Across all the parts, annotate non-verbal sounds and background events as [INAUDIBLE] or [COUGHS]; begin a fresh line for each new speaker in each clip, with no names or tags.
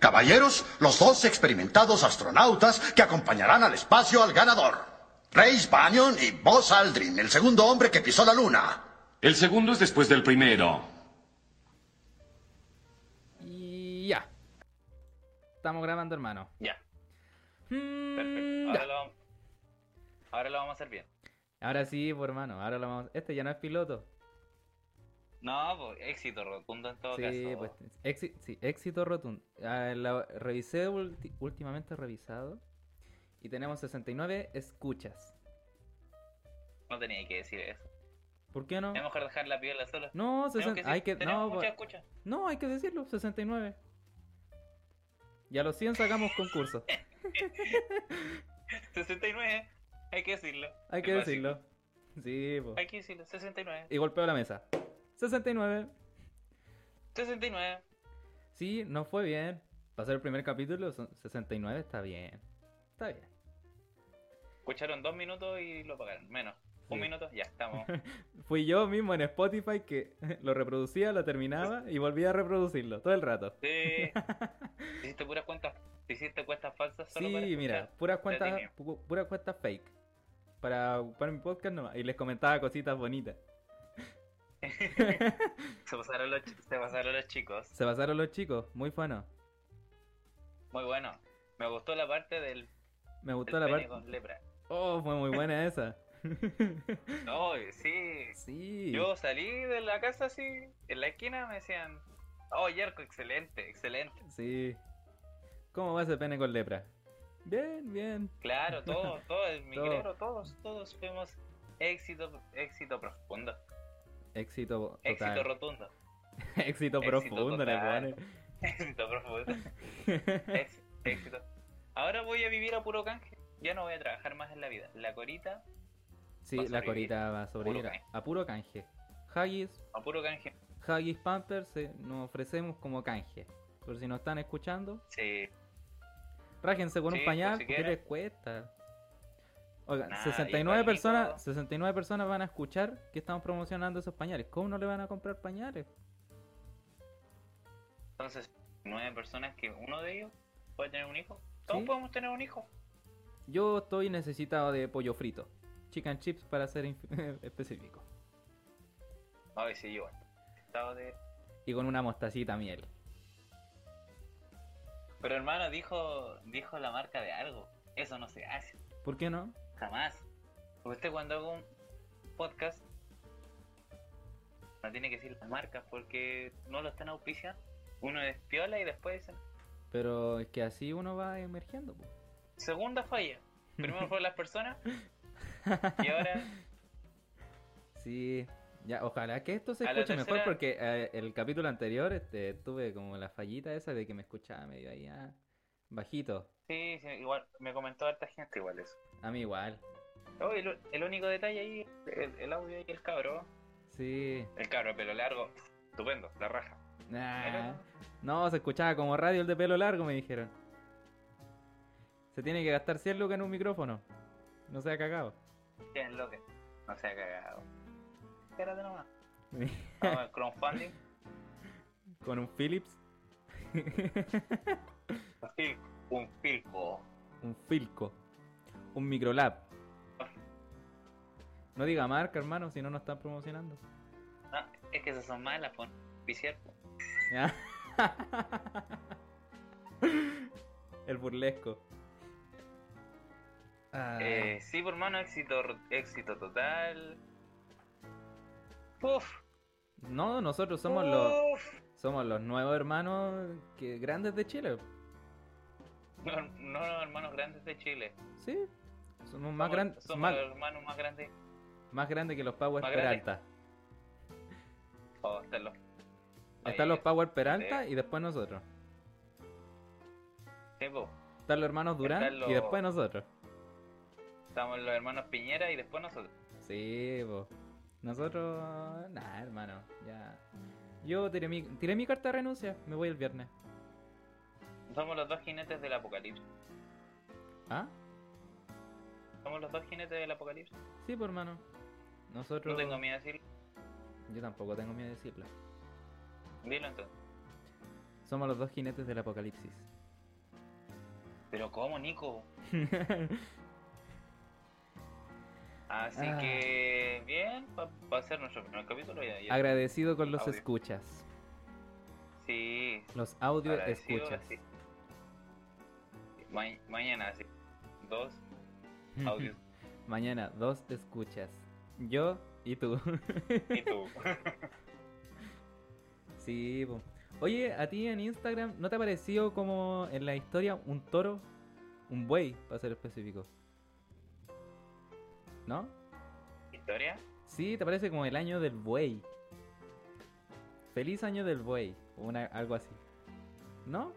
Caballeros, los dos experimentados astronautas que acompañarán al espacio al ganador. Reis Bannion y Buzz Aldrin, el segundo hombre que pisó la luna.
El segundo es después del primero.
Y ya. Estamos grabando, hermano.
Ya.
Mm, ya.
Perfecto. Ahora lo, vamos- ahora lo vamos a hacer bien.
Ahora sí, pues, hermano. Ahora lo vamos. Este ya no es piloto.
No, pues éxito rotundo en todo
Sí,
caso.
pues, exi- sí, éxito rotundo. Ah, la- revisé ulti- últimamente revisado. Y tenemos 69 escuchas.
No tenía que decir eso.
¿Por qué no?
Es mejor dejar la piola sola.
No,
Tenemos
sesen- hay que,
tenemos
no,
mucha
pues,
escucha.
no, hay que decirlo, 69. Y a los 100 sacamos concurso.
69, hay que decirlo.
Hay
Es
que
[LAUGHS] básico.
decirlo. Sí, po.
Hay que decirlo, 69.
Y golpeo la mesa. 69.
69.
Sí, no fue bien. Para ser el primer capítulo, son 69 está bien. Está bien.
Escucharon dos minutos y lo pagaron. Menos. Un
Sí.
minuto,
[LAUGHS]
ya estamos.
Fui yo mismo en Spotify que [LAUGHS] lo reproducía, lo terminaba y volvía a reproducirlo todo el rato.
Sí. Te hiciste puras cuentas. te hiciste cuentas falsas solo para
Sí, mira,
escuchar.
puras cuentas,
tenía.
pu- puras cuentas fake. Para, para mi podcast nomás. Y les comentaba cositas bonitas. [LAUGHS]
Se pasaron los, chi- se pasaron los chicos.
Se pasaron los chicos, muy bueno.
Muy bueno. Me gustó la parte del, del
Me gustó la
pene
parte.
con lepra.
Oh, fue muy buena
[LAUGHS]
esa.
No, sí.
Sí.
Yo salí de la casa así, en la esquina me decían, oh Yerko, excelente, excelente.
Sí. ¿Cómo va ese pene con lepra? Bien, bien. [LAUGHS]
Claro, todos, todos, el
Todo.
migrero, todos, todos fuimos éxito, éxito profundo,
Éxito
éxito
total.
rotundo, [LAUGHS]
[LAUGHS] Éxito,
Éxito
profundo, le
total.
pone. [LAUGHS]
éxito profundo, Ex- éxito. Ahora voy a vivir a puro canje, ya no voy a trabajar más en la vida. La corita,
Sí,
Va a
la
sobrevivir.
corita va a sobrevivir a-
canje.
a puro canje. Haggis,
a puro canje.
Haggis Pampers eh, nos ofrecemos como canje. Por si nos están escuchando,
Sí,
rájense con
Sí,
un
por
pañal,
si
porque
quieren.
les cuesta? Oigan,
Nada,
69 personas,
igualito.
69 personas van a escuchar que estamos promocionando esos pañales. ¿Cómo no le van a comprar pañales?
entonces, nueve personas que uno de ellos puede tener un hijo. Todos
Sí.
podemos tener un hijo.
Yo estoy necesitado de pollo frito. Chicken chips para ser inf- [LAUGHS] específico.
Ay, sí, yo. Estado de
Y con una mostacita miel.
Pero hermano, dijo, dijo la marca de algo. Eso no se hace,
¿Por qué no?
jamás. Porque usted cuando hago un podcast, no tiene que decir las marcas porque no lo están auspiciando. Uno es piola y después dicen,
Pero es que así uno va emergiendo. po.
segunda falla. Primero fueron las personas y ahora
Sí. Ya, ojalá que esto se
A la
escuche mejor
tercera-
porque eh, el capítulo anterior este, tuve como la fallita esa de que me escuchaba medio ahí ah, bajito.
sí, sí, igual me comentó harta gente igual eso.
A mí igual.
Oh, el, el único detalle ahí, el, el audio y el cabro.
Sí.
El cabro, pelo largo, estupendo, la raja.
Ah, no, se escuchaba como radio el de pelo largo, me dijeron. Se tiene que gastar 100 lucas en un micrófono. No sea cagado.
Bien loca. No se ha cagado. Espérate nomás. [LAUGHS] Vamos al crowdfunding.
Con un Philips, [LAUGHS]
Un fil- Un filco.
un Filco, un Microlab.
Ah.
No diga marca, hermano, si no nos están promocionando.
No, Ah, es que esas son malas, pon. Viciar.
Ya. [LAUGHS] El burlesco. Ah,
Eh, sí, por mano, éxito, éxito total. Uf.
No, nosotros somos los
uf.
somos los nuevos hermanos que grandes de Chile.
No, no los hermanos grandes de Chile.
Sí. Somos más
Somos-
grandes
Somos
más,
los hermanos más grandes.
más grandes que los Power
más grandes.
Peralta.
Oh, están los. Eh,
Están los
papos.
Power Peralta y después nosotros.
pues.
Están los hermanos Durán
Están los-
y después nosotros.
Estamos los hermanos Piñera y después nosotros.
Sí, po. Nosotros. Nah, hermano. Ya. Yo tiré mi, tiré mi carta de renuncia. Me voy el viernes.
Somos los dos jinetes del apocalipsis.
¿Ah?
Somos los dos jinetes del apocalipsis.
Sí, pues hermano. Nosotros.
No tengo miedo a decirlo.
Yo tampoco tengo miedo de decirlo.
Dilo entonces.
Somos los dos jinetes del apocalipsis.
Pero ¿cómo,
[LAUGHS]
Nico? Así
Ah.
que, bien, va, va a ser nuestro primer capítulo. Ya, ya.
Agradecido con los
Audio.
escuchas.
Sí,
Los audio
agradecido,
escuchas.
sí.
[LAUGHS]
Ma- mañana, sí.
[LAUGHS]
Dos audios.
Mañana, dos escuchas. Yo y tú. [LAUGHS]
y tú.
sí, po. Oye, a ti en Instagram, ¿no te apareció como en la historia un toro? Un buey, para ser específico. ¿No?
¿Historia?
Sí, te parece como el año del buey. Feliz año del buey. o Una, algo así. ¿No?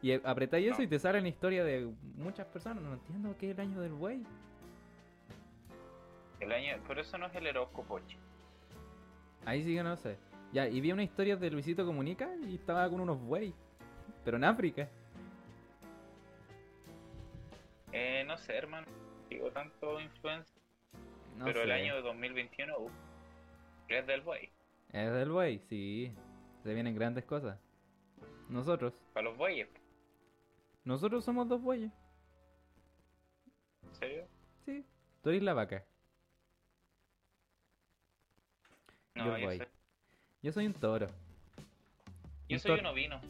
Y eh, apretáis eso
No.
y te sale la historia de muchas personas. No entiendo qué es el año del buey.
El año... Pero eso no es el horóscopo, che.
Ahí sí que no sé. Ya, y vi una historia de Luisito Comunica y estaba con unos buey. Pero en África.
Eh, no sé, hermano. Digo, tanto influencia.
No
pero el
sé.
año de 2021 uh, es del buey.
Es del buey, sí. Se vienen grandes cosas. Nosotros.
Para los bueyes,
Nosotros somos dos bueyes.
¿en serio?
Sí. Tú eres la vaca. Yo
No, yo,
voy.
soy,
Yo soy un toro.
yo
Un
soy
toro.
un ovino.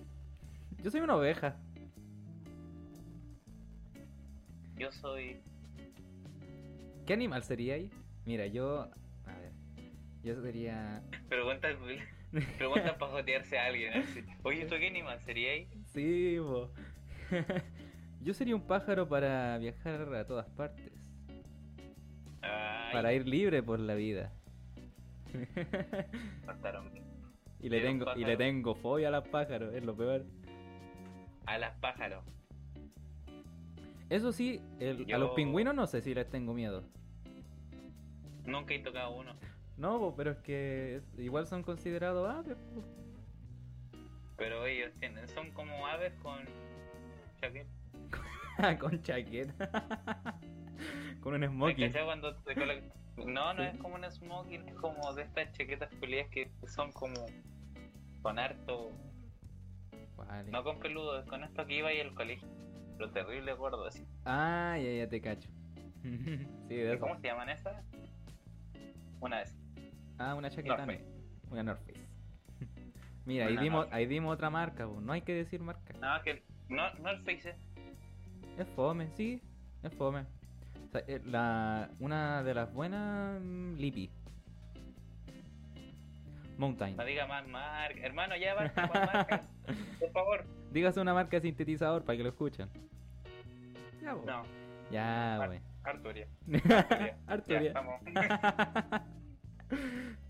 Yo soy una oveja.
Yo soy.
¿Qué animal sería ahí? Mira, yo. A ver. Yo sería.
Pregunta,
[LAUGHS]
pregunta para jotearse a alguien. así. Oye, ¿tú qué animal sería ahí?
Sí, bo. [LAUGHS] Yo sería un pájaro para viajar a todas partes.
Ay,
Para ir libre por la vida.
mataron
Y le
Era un
tengo, y le
pájaro.
tengo fobia a los pájaros, es lo peor.
A las pájaros.
Eso sí, el- a los
Yo-
pingüinos no sé si les tengo miedo.
Nunca he tocado uno.
No, bo, pero es que es- igual son considerados ah, aves. po.
Pero ellos tienen. Son como aves con. chaqueta.
[LAUGHS] Ah, Con chaqueta. [LAUGHS] Con un
¿Me
smoking.
cachai cuando te colo- No, no
Sí.
es como una smoking, es como de estas chaquetas peleas que son como. Con harto.
Vale.
No con peludo, es con esto que iba y al colegio. Lo terrible gordo así.
Ah, ya, ya te cacho. [LAUGHS] sí, de eso.
¿Cómo se llaman esas? Una vez.
Ah, una chaqueta.
North
no.
Face.
Una North
[LAUGHS]
Face. Mira, ahí
Una
dimos,
North
ahí dimos otra marca, po, no hay que decir marca.
Nada más que. No, no el face
Es fome, sí, es fome. O sea, eh, la, una de las buenas, mm, Lippy. Mountain.
No diga más marca. Hermano, ya basta con marcas. Por favor.
[LAUGHS] Dígase una marca de sintetizador para que lo escuchen. Ya, po.
No,
Ya,
Mar-
güey.
Arturia. Ya,
[LAUGHS] Arturia.
estamos.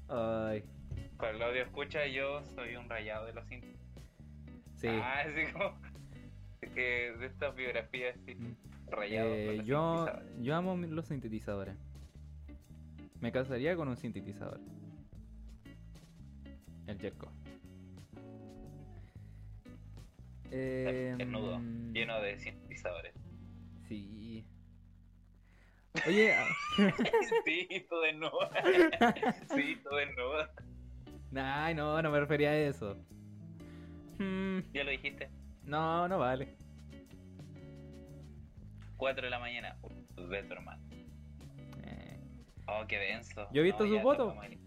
Ay,
Para el audio escucha, yo soy un rayado de los cintos.
sí.
Ah, así como. que de estas biografías, sí.
Mm.
Rayado. con
Eh,
los
yo,
sintetizadores.
yo amo mi- los sintetizadores. Me casaría con un sintetizador. El Jerko. Eh,
Desnudo,
mm,
lleno
[LAUGHS]
de sintetizadores.
Sí. Oye, ah, a-
sí, todo
[LAUGHS]
desnudo. sí, todo desnudo.
ay, no, no me refería a eso. Mm,
Ya lo dijiste.
no, no vale.
4 de la mañana. Uf, de tu hermano.
Eh,
Oh, qué denso.
Yo he visto su
ya,
foto.
tocamos ahí.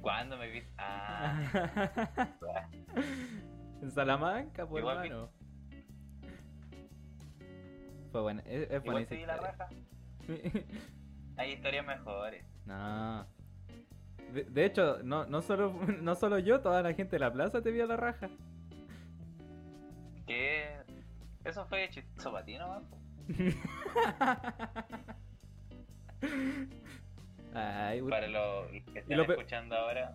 ¿Cuándo me viste? Ah.
[LAUGHS] en Salamanca, por
Igual vi-
hermano. Fue buena, es, es buena
Igual
esa
te di la
historia.
raja. Hay historias mejores.
[LAUGHS] No. De, de hecho, no, no, solo, [LAUGHS] no solo yo, toda la gente de la plaza te vio la raja.
Que eso fue chistoso para ti nomás. po.
Ay, bu-
Para los que están
lo pe-
escuchando
[LAUGHS]
ahora.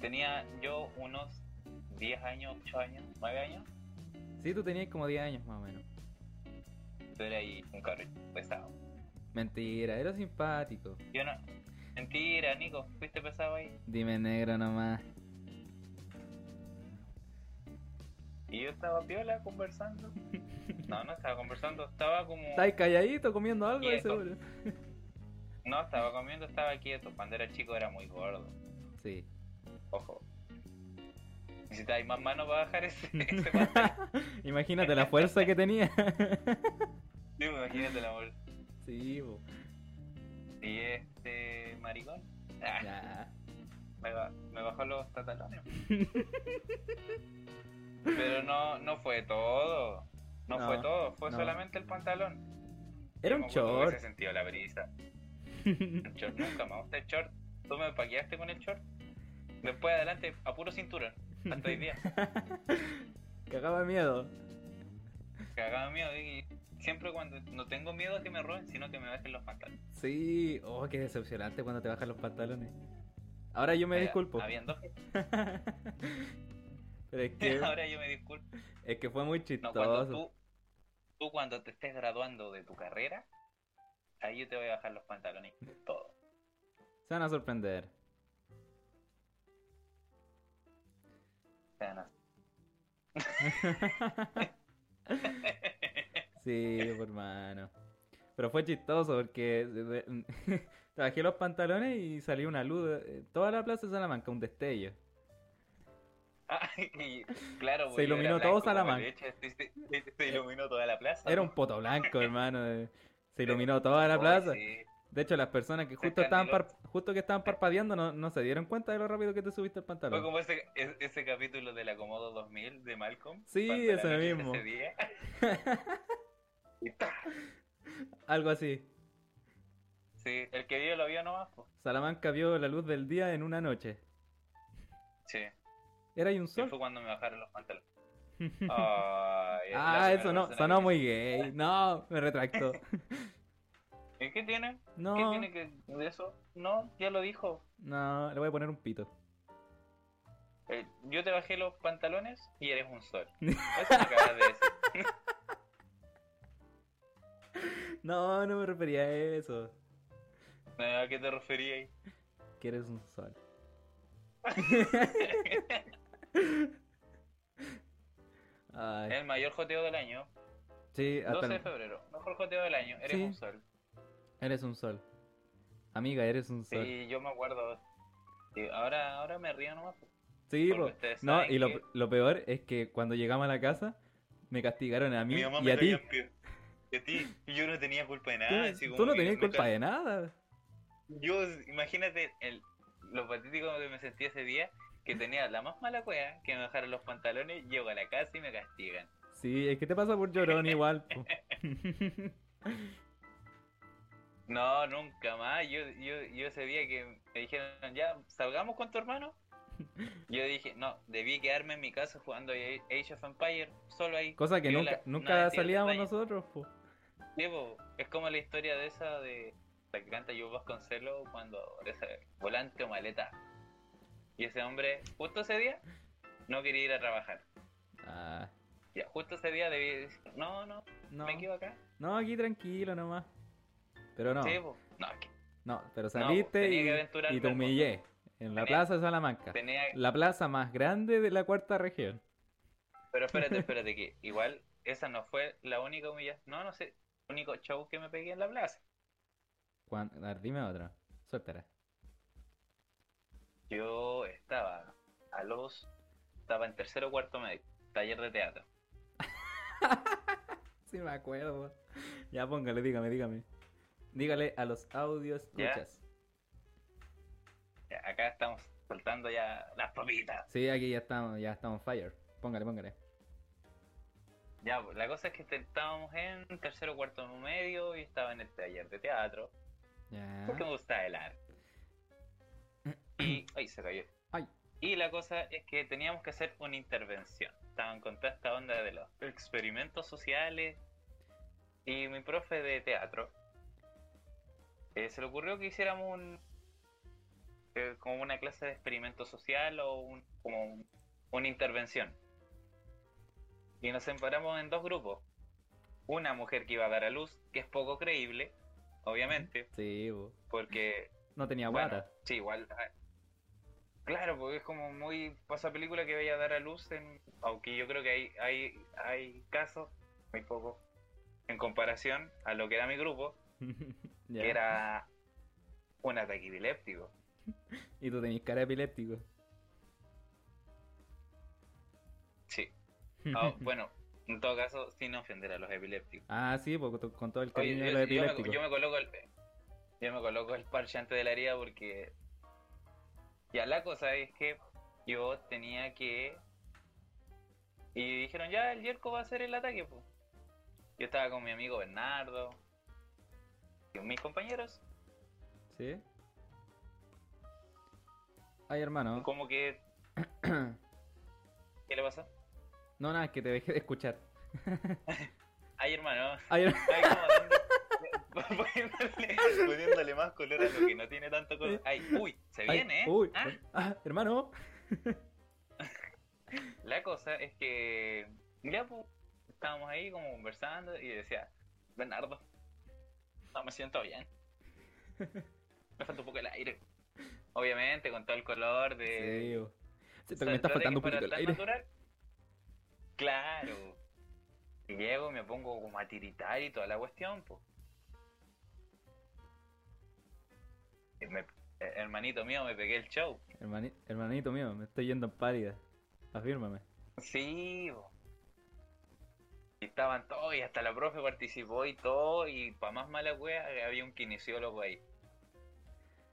Tenía yo unos 10 años, 8 años, 9 años.
Sí, tú tenías como 10 años más o menos.
Yo era ahí un carrito pesado.
Mentira, era simpático.
Yo no. Mentira, Nico, fuiste pesado ahí.
Dime negro nomás.
Y yo estaba piola conversando. No, no estaba conversando, estaba como.
¿Estás calladito comiendo algo ahí
Quieto.
seguro?
No, estaba comiendo, estaba quieto. Cuando era chico era muy gordo.
Sí.
Ojo. Necesitáis más mano para bajar ese, [LAUGHS]
[LAUGHS]
[LAUGHS] ese pastel.
Imagínate la fuerza que
[LAUGHS]
tenía.
Sí, imagínate la bolsa.
sí, po.
Y este maricón ah,
Ya.
me, ba- me bajó los
[LAUGHS]
pantalones. Pero no, no fue todo. No,
No,
fue todo, fue
no.
solamente el pantalón.
Era un
Como cuando hubiese
short.
sentido la brisa.
[LAUGHS]
El short nunca me gusta el short. Tú me paqueaste con el short. Después adelante, a puro cinturón. Hasta
[LAUGHS]
hoy día.
Cagaba de miedo.
Cagaba miedo. Y siempre cuando no tengo miedo a que me roben, sino que me bajen los pantalones.
Sí, oh, qué decepcionante cuando te bajan los pantalones. Ahora yo me
Eh, Había-
disculpo.
habían dos que-
[LAUGHS] Pero es que,
[LAUGHS] Ahora yo me disculpo.
es que fue muy
No, cuando
chistoso.
tú, tú cuando te estés graduando de tu carrera, ahí yo te voy a bajar los pantalones. de Todo.
Se van a sorprender.
O sea, no- [LAUGHS]
Sí,
[LAUGHS]
pues, hermano. Pero fue chistoso porque de- [LAUGHS] de- te bajé los pantalones y salió una luz. eh, Toda la plaza de Salamanca, un destello.
Ah, y claro,
Se
pues, yo era
iluminó todo
blanco como
Salamanca.
leche, sí, sí, sí, Se iluminó toda la plaza.
Era un poto
[LAUGHS]
blanco, hermano. eh, Se iluminó toda la
Ay,
plaza.
sí.
De hecho, las personas que
Se
justo estaban par-
encandiló.
justo que estaban parpadeando no, no se dieron cuenta de lo rápido que te subiste el
Fue
pantalón.
como ese, e- ese capítulo del Acomodo 2000 de Malcolm.
Sí,
cuando la
ese
noche de
mismo.
ese día.
Algo así.
Sí, el que vio lo vio nomás. pues. po.
Salamanca vio la luz del día en una noche.
Sí,
Era y un
que
sol.
fue cuando me bajaron
[LAUGHS]
los pantalones. Ay, la
Ah,
primera
eso no,
persona
sonó
que-
muy gay. No, me
[LAUGHS]
retracto.
¿Y qué tiene? ¿Qué
No,
tiene que de eso? No, ya lo dijo.
no, le voy a poner un pito.
Eh, yo te bajé los pantalones y eres un sol. Eso me acabas de decir.
No, no me refería a eso.
¿A qué te referías?
Que eres un
[LAUGHS]
sol. Ay,
El mayor joteo del año.
sí, hasta
12 de
el-
febrero. Mejor joteo del año. Eres
Sí.
un sol.
eres un sol. Amiga, eres un sol.
Sí, yo me acuerdo. Sí, ahora, ahora me río nomás.
Sí,
Porque
po.
ustedes
no,
saben
y lo,
que-
lo peor es que cuando llegamos a la casa, me castigaron a mí y a ti.
Y a ti. Y yo no tenía culpa de
Tú,
nada. así
tú
como
no
que
tenías
me
culpa
cal-
de nada.
Yo, imagínate el, lo patético que me sentí ese día. Que tenía la más mala cueva que me bajaron los pantalones, llego a la casa y me castigan.
Sí, es que te pasa por llorón igual.
[LAUGHS]
po.
No, nunca más. Yo, yo, yo ese día que me dijeron, ya, salgamos con tu hermano. Yo dije, no, debí quedarme en mi casa jugando a- Age of Empire, solo ahí.
Cosa que
Yo
nunca,
la-
nunca
nada, tío,
salíamos
detalle.
nosotros. po.
Sí, po, es como la historia de esa de la que canta Joe Vasconcelos cuando esa volante o maleta. Y ese hombre, justo ese día, no quería ir a trabajar.
Ah,
Ya, justo ese día debí decir, no, no,
no,
me equivoco acá.
no, aquí tranquilo nomás. Pero no,
Sí, po. no, es que
no, pero
No,
saliste
tenía
y-
que
y,
aventurarme
te
al mundo.
humillé en la
Tenía-
plaza de Salamanca.
tenía,
La plaza más grande de la cuarta región.
Pero espérate, espérate, que igual esa no fue la única humillación. No, no sé, único show que me pegué en la plaza.
Cuan- a ver, dime otra. Suéltala.
Yo estaba a los. Estaba en tercero o cuarto medio, taller de teatro.
Sí, me acuerdo. [LAUGHS] Ya póngale, dígame, dígame. Dígale a los audios
Ya.
escuchas.
Ya, Acá estamos soltando ya las papitas.
Sí, aquí ya estamos, ya estamos fire. Póngale, póngale.
Ya, pues, la cosa es que te- estábamos en tercero o cuarto medio y estaba en el taller de teatro.
Ya.
Porque me gusta el arte. Y. Ay, se cayó.
Ay.
Y la cosa es que teníamos que hacer una intervención. Estaban con toda esta onda de los experimentos sociales. Y mi profe de teatro eh, se le ocurrió que hiciéramos un. eh, como una clase de experimento social o un- como un- una intervención. Y nos separamos en dos grupos. Una mujer que iba a dar a luz, que es poco creíble, obviamente,
Sí, bo.
porque
no tenía
bueno,
guata. [LAUGHS]
sí, igual. ah, Claro, porque es como muy. Pasa película que vaya a dar a luz en. Aunque yo creo que hay, hay, hay casos, muy pocos, en comparación a lo que era mi grupo,
Ya.
que era un ataque epiléptico.
Y tú tenés cara de epiléptico. [LAUGHS]
Ah, bueno, en todo caso, sin ofender a los epilépticos.
Ah, sí, porque to- con todo el
Oye,
cariño de
yo,
los
yo me-
epilépticos.
yo me coloco el. Yo me coloco el parche antes de la herida porque. Ya la cosa es que yo tenía que. Y dijeron, ya el Yerko va a hacer el ataque, po". Yo estaba con mi amigo Bernardo. Y con mis compañeros.
¿Sí? Ay, hermano. [CLEARS THROAT]
Como que. ¿Qué le pasa?
No, nada, es que te dejé de escuchar.
Ay, hermano. [LAUGHS]
Ay, her-
Ay, como dando- poniéndole, poniéndole más color a lo que no tiene tanto color. Ay, uy, se
ay,
viene, ¿eh?
Uy,
Ah.
ah, hermano.
La cosa es que ya pues, estábamos ahí como conversando y decía, Bernardo, no me siento
[LAUGHS]
bien. Me falta un poco el aire. Obviamente, con todo el color de...
Sí, bo. Siento
o sea,
que me está
trata
faltando un
que fuera
poquito el
tan
aire.
natural. Claro. Y llego y me pongo como a tiritar y toda la cuestión, pues. Y me- eh, hermanito mío, me pegué el show.
Hermani- hermanito mío, me estoy yendo en pálida. Afírmame.
Sí, bo. Y estaban todos, y hasta la profe participó y todo, y para más mala wea, había un kinesiólogo ahí.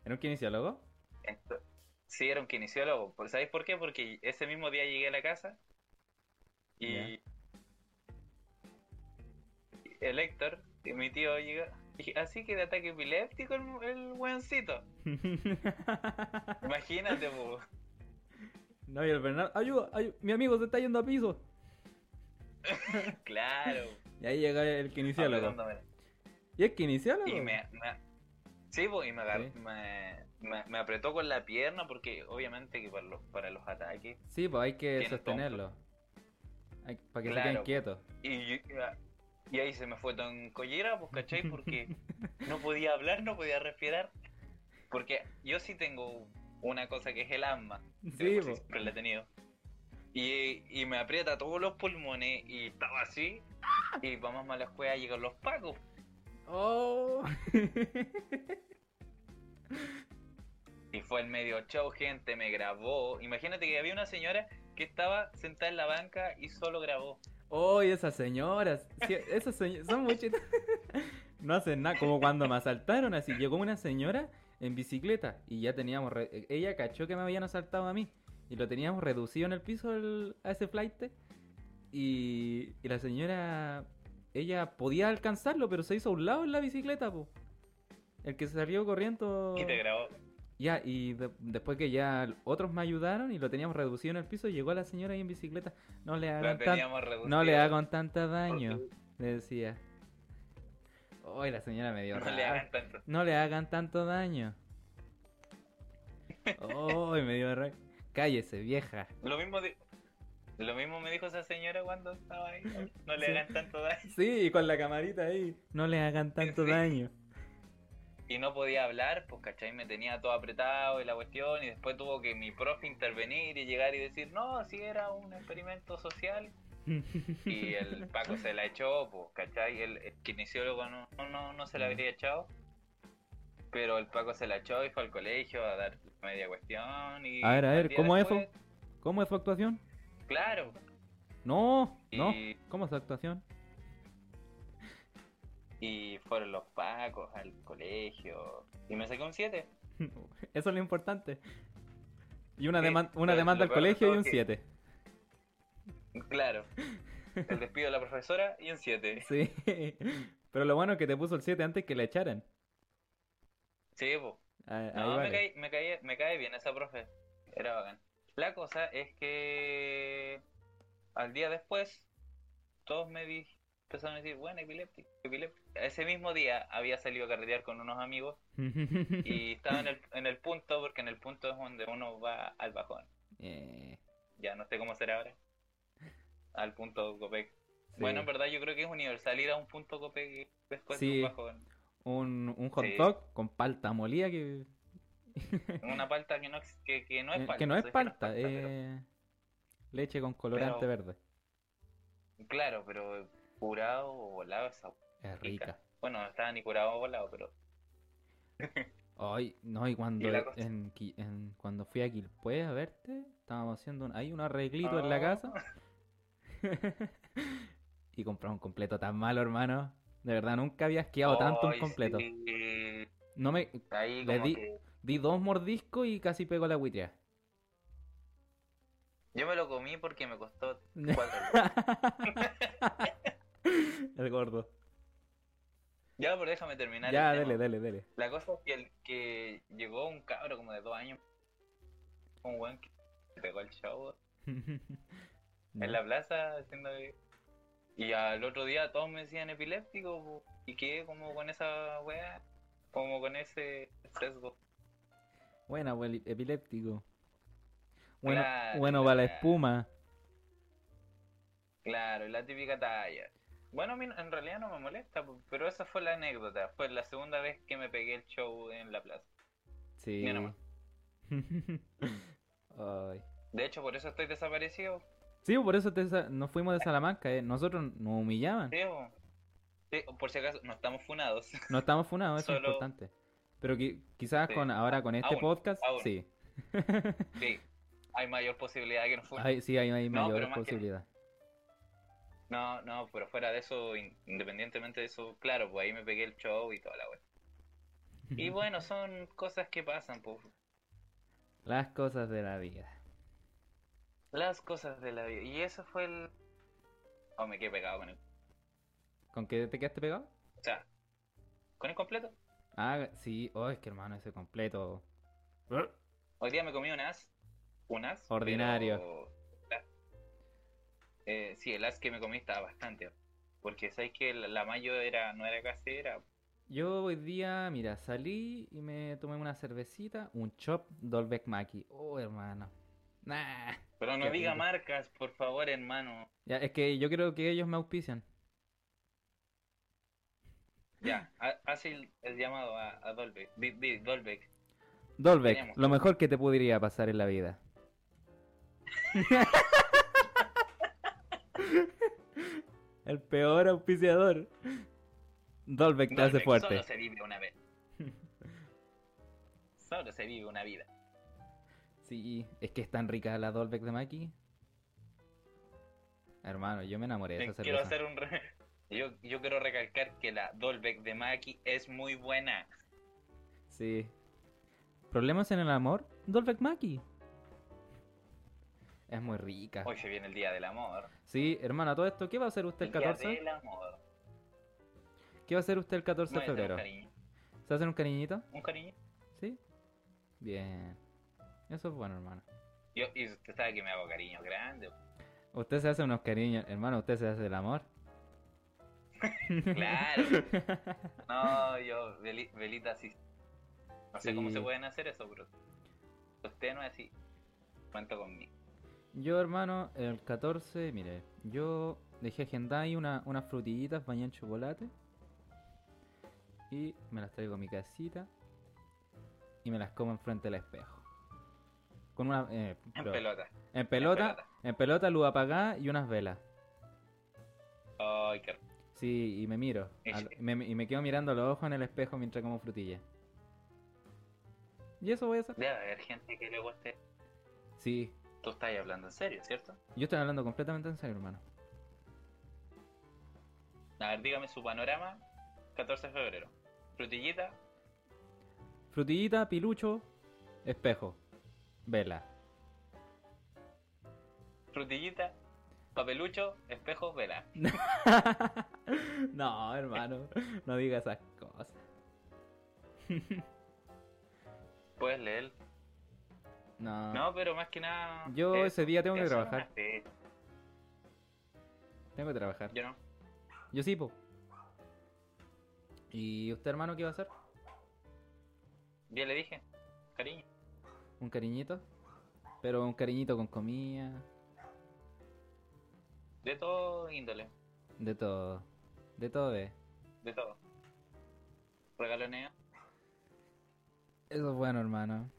¿Era un kinesiólogo? [LAUGHS]
Ento- sí, era un kinesiólogo. Por- ¿Sabéis por qué? Porque ese mismo día llegué a la casa y
Ya.
y el Héctor, y mi tío, llegó. y- Así que de ataque epiléptico el, el weoncito. Imagínate, po.
no, y el Bernardo. ¡Ayuda! ayu- ¡Mi amigo se está yendo a piso!
[LAUGHS] Claro.
Y ahí llega el kinesiólogo.
apretándome.
¿Y el kinesiólogo?
Y me, me- sí, pues, y me, agar-
Sí.
me- me- me apretó con la pierna porque obviamente que para los, para los ataques.
Sí, pues hay que
Tiene
sostenerlo. Hay- para que se
Claro.
queden quietos.
Y, yo- y ahí se me fue todo en collera, pues, ¿cachai?
[LAUGHS]
Porque no podía hablar, no podía respirar. Porque yo sí tengo una cosa que es el asma.
Sí, pues.
que
po.
siempre la he tenido. Y, y me aprieta todos los pulmones y estaba así.
¡Ah!
Y vamos más malas cuevas llegan los pacos.
[LAUGHS] ¡Oh!
Y fue el medio show, gente, me grabó. Imagínate que había una señora que estaba sentada en la banca y solo grabó.
¡Oh, y esas señoras! Sí, esas señoras son muy chist- [LAUGHS] No hacen nada, como cuando me asaltaron, así llegó una señora en bicicleta y ya teníamos... re- eh, Ella cachó que me habían asaltado a mí y lo teníamos reducido en el piso el- a ese flight y, y la señora... Ella podía alcanzarlo, pero se hizo a un lado en la bicicleta, po. El que salió corriendo...
Y te grabó.
Ya, y de- después que ya otros me ayudaron y lo teníamos reducido en el piso, llegó la señora ahí en bicicleta. No le
La
hagan, tan-
teníamos reducida.
no le hagan tanto daño,
Porque-
le decía. Uy, la señora me dio
No le
rabia.
hagan tanto.
No le hagan tanto daño. Uy, me dio rabia. Cállese, vieja.
Lo mismo, di- Lo mismo me dijo esa señora cuando estaba ahí. No le
Sí.
hagan tanto daño.
Sí, y con la camarita ahí. No le hagan tanto
Sí.
daño. [LAUGHS]
Y no podía hablar, pues, ¿cachai? Me tenía todo apretado y la cuestión. Y después tuvo que mi profe intervenir y llegar y decir, no, si era un experimento social.
[LAUGHS]
Y el Paco se la echó, pues, ¿cachai? El, el kinesiólogo no, no- no, no
Mm.
se la habría echado. Pero el Paco se la echó y fue al colegio a dar media cuestión. Y
A ver, a ver,
al día
¿cómo es eso?
después,
¿Cómo es su actuación?
Claro.
No, no.
Y,
¿Cómo es su actuación?
y fueron los Pacos al colegio. Y me saqué un 7.
Eso es lo importante. Y una,
Sí,
deman-
pero
una demanda al
lo peor de
colegio
todo
y
es
un
que-
7.
Claro. El despido de la profesora y un 7.
[LAUGHS] Sí. Pero lo bueno es que te puso el 7 antes que la echaran.
Sí, pues.
Ah, ahí
No,
vale.
me, caí, me, caí- me cae bien esa profe. Era bacán. La cosa es que al día después, todos me di, empezaron a decir, bueno, epiléptico, epiléptico. Ese mismo día había salido a carretear con unos amigos y estaba en el, en el punto, porque en el punto es donde uno va al bajón.
[LAUGHS] Eh,
Ya no sé cómo será ahora. Al punto Copec.
sí.
Bueno, en verdad yo creo que es universal ir a un punto Copec después
Sí.
de un bajón.
un, un hot
Sí.
dog con palta molida que,
Una palta que no, ex- que, que no
eh,
es
[LAUGHS]
palta.
que no es
soy
palta,
pero-
eh, leche con colorante
Pero-
verde.
Claro, pero curado o volado esa
Es rica.
rica. Bueno, no estaba ni curado o volado, pero
Ay, no, y cuando
Y la cosa-
en, Qui- en- cuando fui a Quilpue a verte, estábamos haciendo un- ahí un arreglito en la
Ah.
casa. [LAUGHS] y compramos un completo tan malo, hermano. De verdad, nunca había asqueado tanto un
Ay,
completo.
sí.
No me
Ahí
Le
como
di-
que-
di dos mordiscos y casi pego la buitria.
Yo me lo comí porque me
[LAUGHS]
costó cuatro lucas.
El gordo.
Ya, pero déjame terminar.
Ya,
el tema.
dele, dele, dele.
La cosa es que, el, que llegó un cabro como de dos años. Un buen que pegó el show [LAUGHS] en la plaza haciendo. Y al otro día todos me decían epiléptico po, y quedé como con esa wea, como con ese sesgo.
Buena, buen e-, epiléptico. Bueno,
Claro,
bueno para la
claro.
espuma.
Claro, y la típica talla. Bueno, a mí en realidad no me molesta, po, pero esa fue la anécdota. Fue la segunda vez que me pegué el show en la plaza.
Sí.
Mira nomás.
[LAUGHS] Ay.
De hecho, por eso estoy desaparecido.
Sí, por eso te sa- nos fuimos de Salamanca, eh. Nosotros nos humillaban.
Sí, po. Sí, por si acaso, no estamos funados. [LAUGHS]
No estamos funados, eso es
Solo-
importante. Pero qui- quizás
Sí.
con ahora con este
Aún,
podcast,
aún.
sí.
Sí, hay mayor posibilidad de que nos funen.
Hay, sí, hay, hay
No, pero
mayor
más que-
posibilidad.
No, no, pero fuera de eso, in- independientemente de eso, claro, pues ahí me pegué el show y toda la wea.
[LAUGHS]
Y bueno, son cosas que pasan, pues.
Las cosas de la vida.
Las cosas de la vida. Y eso fue el. Oh, me quedé pegado con el.
¿Con qué te quedaste pegado?
O sea, con el completo.
Ah, sí. Oh, es que hermano, ese completo.
Hoy día me comí unas. Unas. pero-
Ordinario.
Eh, sí, el as que me comí estaba bastante. Porque sabéis que la, la mayo era, no era casera.
Yo hoy día, mira, salí y me tomé una cervecita, un chop Dolbeck Maki. Oh, hermano. Nah.
Pero no
Qué
diga
rico.
marcas, por favor, hermano.
Ya, es que yo creo que ellos me auspician.
Ya, ha- hace el, el llamado a, a Dolbeck. Di- di, Dolbeck.
Dolbeck,
Tenemos.
lo mejor que te podría pasar en la
[LAUGHS]
vida. El peor auspiciador. Dolbeck te hace
Dolbeck,
fuerte.
Solo se vive
[LAUGHS]
una vez. solo se vive una vida.
Sí, es que es tan rica la Dolbeck de Maki. Hermano, yo me enamoré de
Te
esa
quiero
cerveza.
hacer un re- yo, yo quiero recalcar que la Dolbeck de Maki es muy buena.
Sí. ¿Problemas en el amor? Dolbeck Maki. Es muy rica.
Hoy se viene el día del amor.
Sí, hermana, todo esto, ¿qué va a hacer usted el
El día
14?
del amor.
¿Qué va a hacer usted el 14 de
Muéstrame
febrero?
Un cariño.
¿Se hacen un cariñito?
Un cariño.
¿Sí? Bien. Eso es bueno, hermano.
Yo, y usted sabe que me hago cariño grande. [LAUGHS]
Usted se hace unos cariños, hermano, usted se hace el amor. [LAUGHS]
Claro. No, yo, veli- velita así. No sé cómo
Sí.
se pueden hacer eso, bro. Usted no es así. Cuento conmigo.
Yo, hermano, el 14, mire, yo dejé agendada ahí una, unas frutillitas bañadas en chocolate. Y me las traigo a mi casita. Y me las como enfrente del espejo. Con una. eh,
En
pero-
pelota.
en pelota.
pelota.
En pelota, luz apagada y unas velas.
Ay, qué
Sí, y me
[LAUGHS]
miro.
Es-
al- me- me- y me quedo mirando los ojos en el espejo mientras como frutilla. Y eso voy a hacer.
Debe haber gente que le guste.
Sí,
Tú estás hablando en serio, ¿cierto?
yo estoy hablando completamente en serio, hermano.
A ver, dígame su panorama. 14 de febrero. Frutillita.
Frutillita, pilucho, espejo, vela. [LAUGHS]
Frutillita. Papelucho. Espejo. Vela.
no, hermano, no digas esas cosas.
Puedes leer.
No.
No, pero más que nada.
Ah. Yo
eso,
ese día tengo que
eso
trabajar.
nomás, sí.
Tengo que trabajar.
Yo no.
Yo sí, po. ¿Y usted, hermano, qué va a hacer?
Ya le dije. Cariño.
¿Un cariñito? Pero un cariñito con comida,
De todo índole.
de todo. De todo, de.
De todo. Regaloneo.
Eso es bueno, hermano.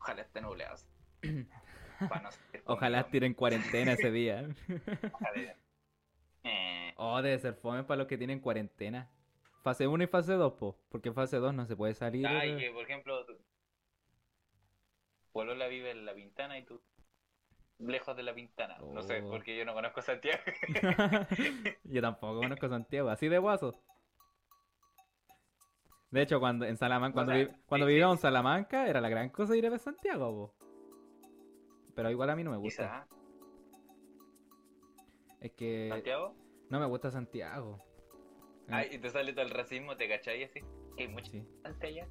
Ojalá
[CLEARS THROAT]
esté nublado. Pa' no ser
Ojalá
conmigo.
tiren cuarentena ese día.
Ojalá. Eh,
[LAUGHS] Oh, debe ser fome para los que tienen cuarentena. Fase 1 y fase 2, po. Porque fase 2 no se puede salir.
ay,
eh.
que por ejemplo. Polola vive en la ventana y tú lejos de la pintana. No sé,
Oh.
porque yo no conozco Santiago.
Yo tampoco conozco Santiago, así de guaso. De hecho, cuando en Salamanca,
O
cuando,
sea,
vi- cuando
sí, sí.
vivíamos en Salamanca, era la gran cosa ir a ver Santiago, po. Pero igual a mí no [LAUGHS] me gusta.
Quizás,
Es que
Santiago.
no me gusta Santiago.
Ay, y te sale todo el racismo, te cachai así. Que hay mucha
Eh. Sí.
gente allá.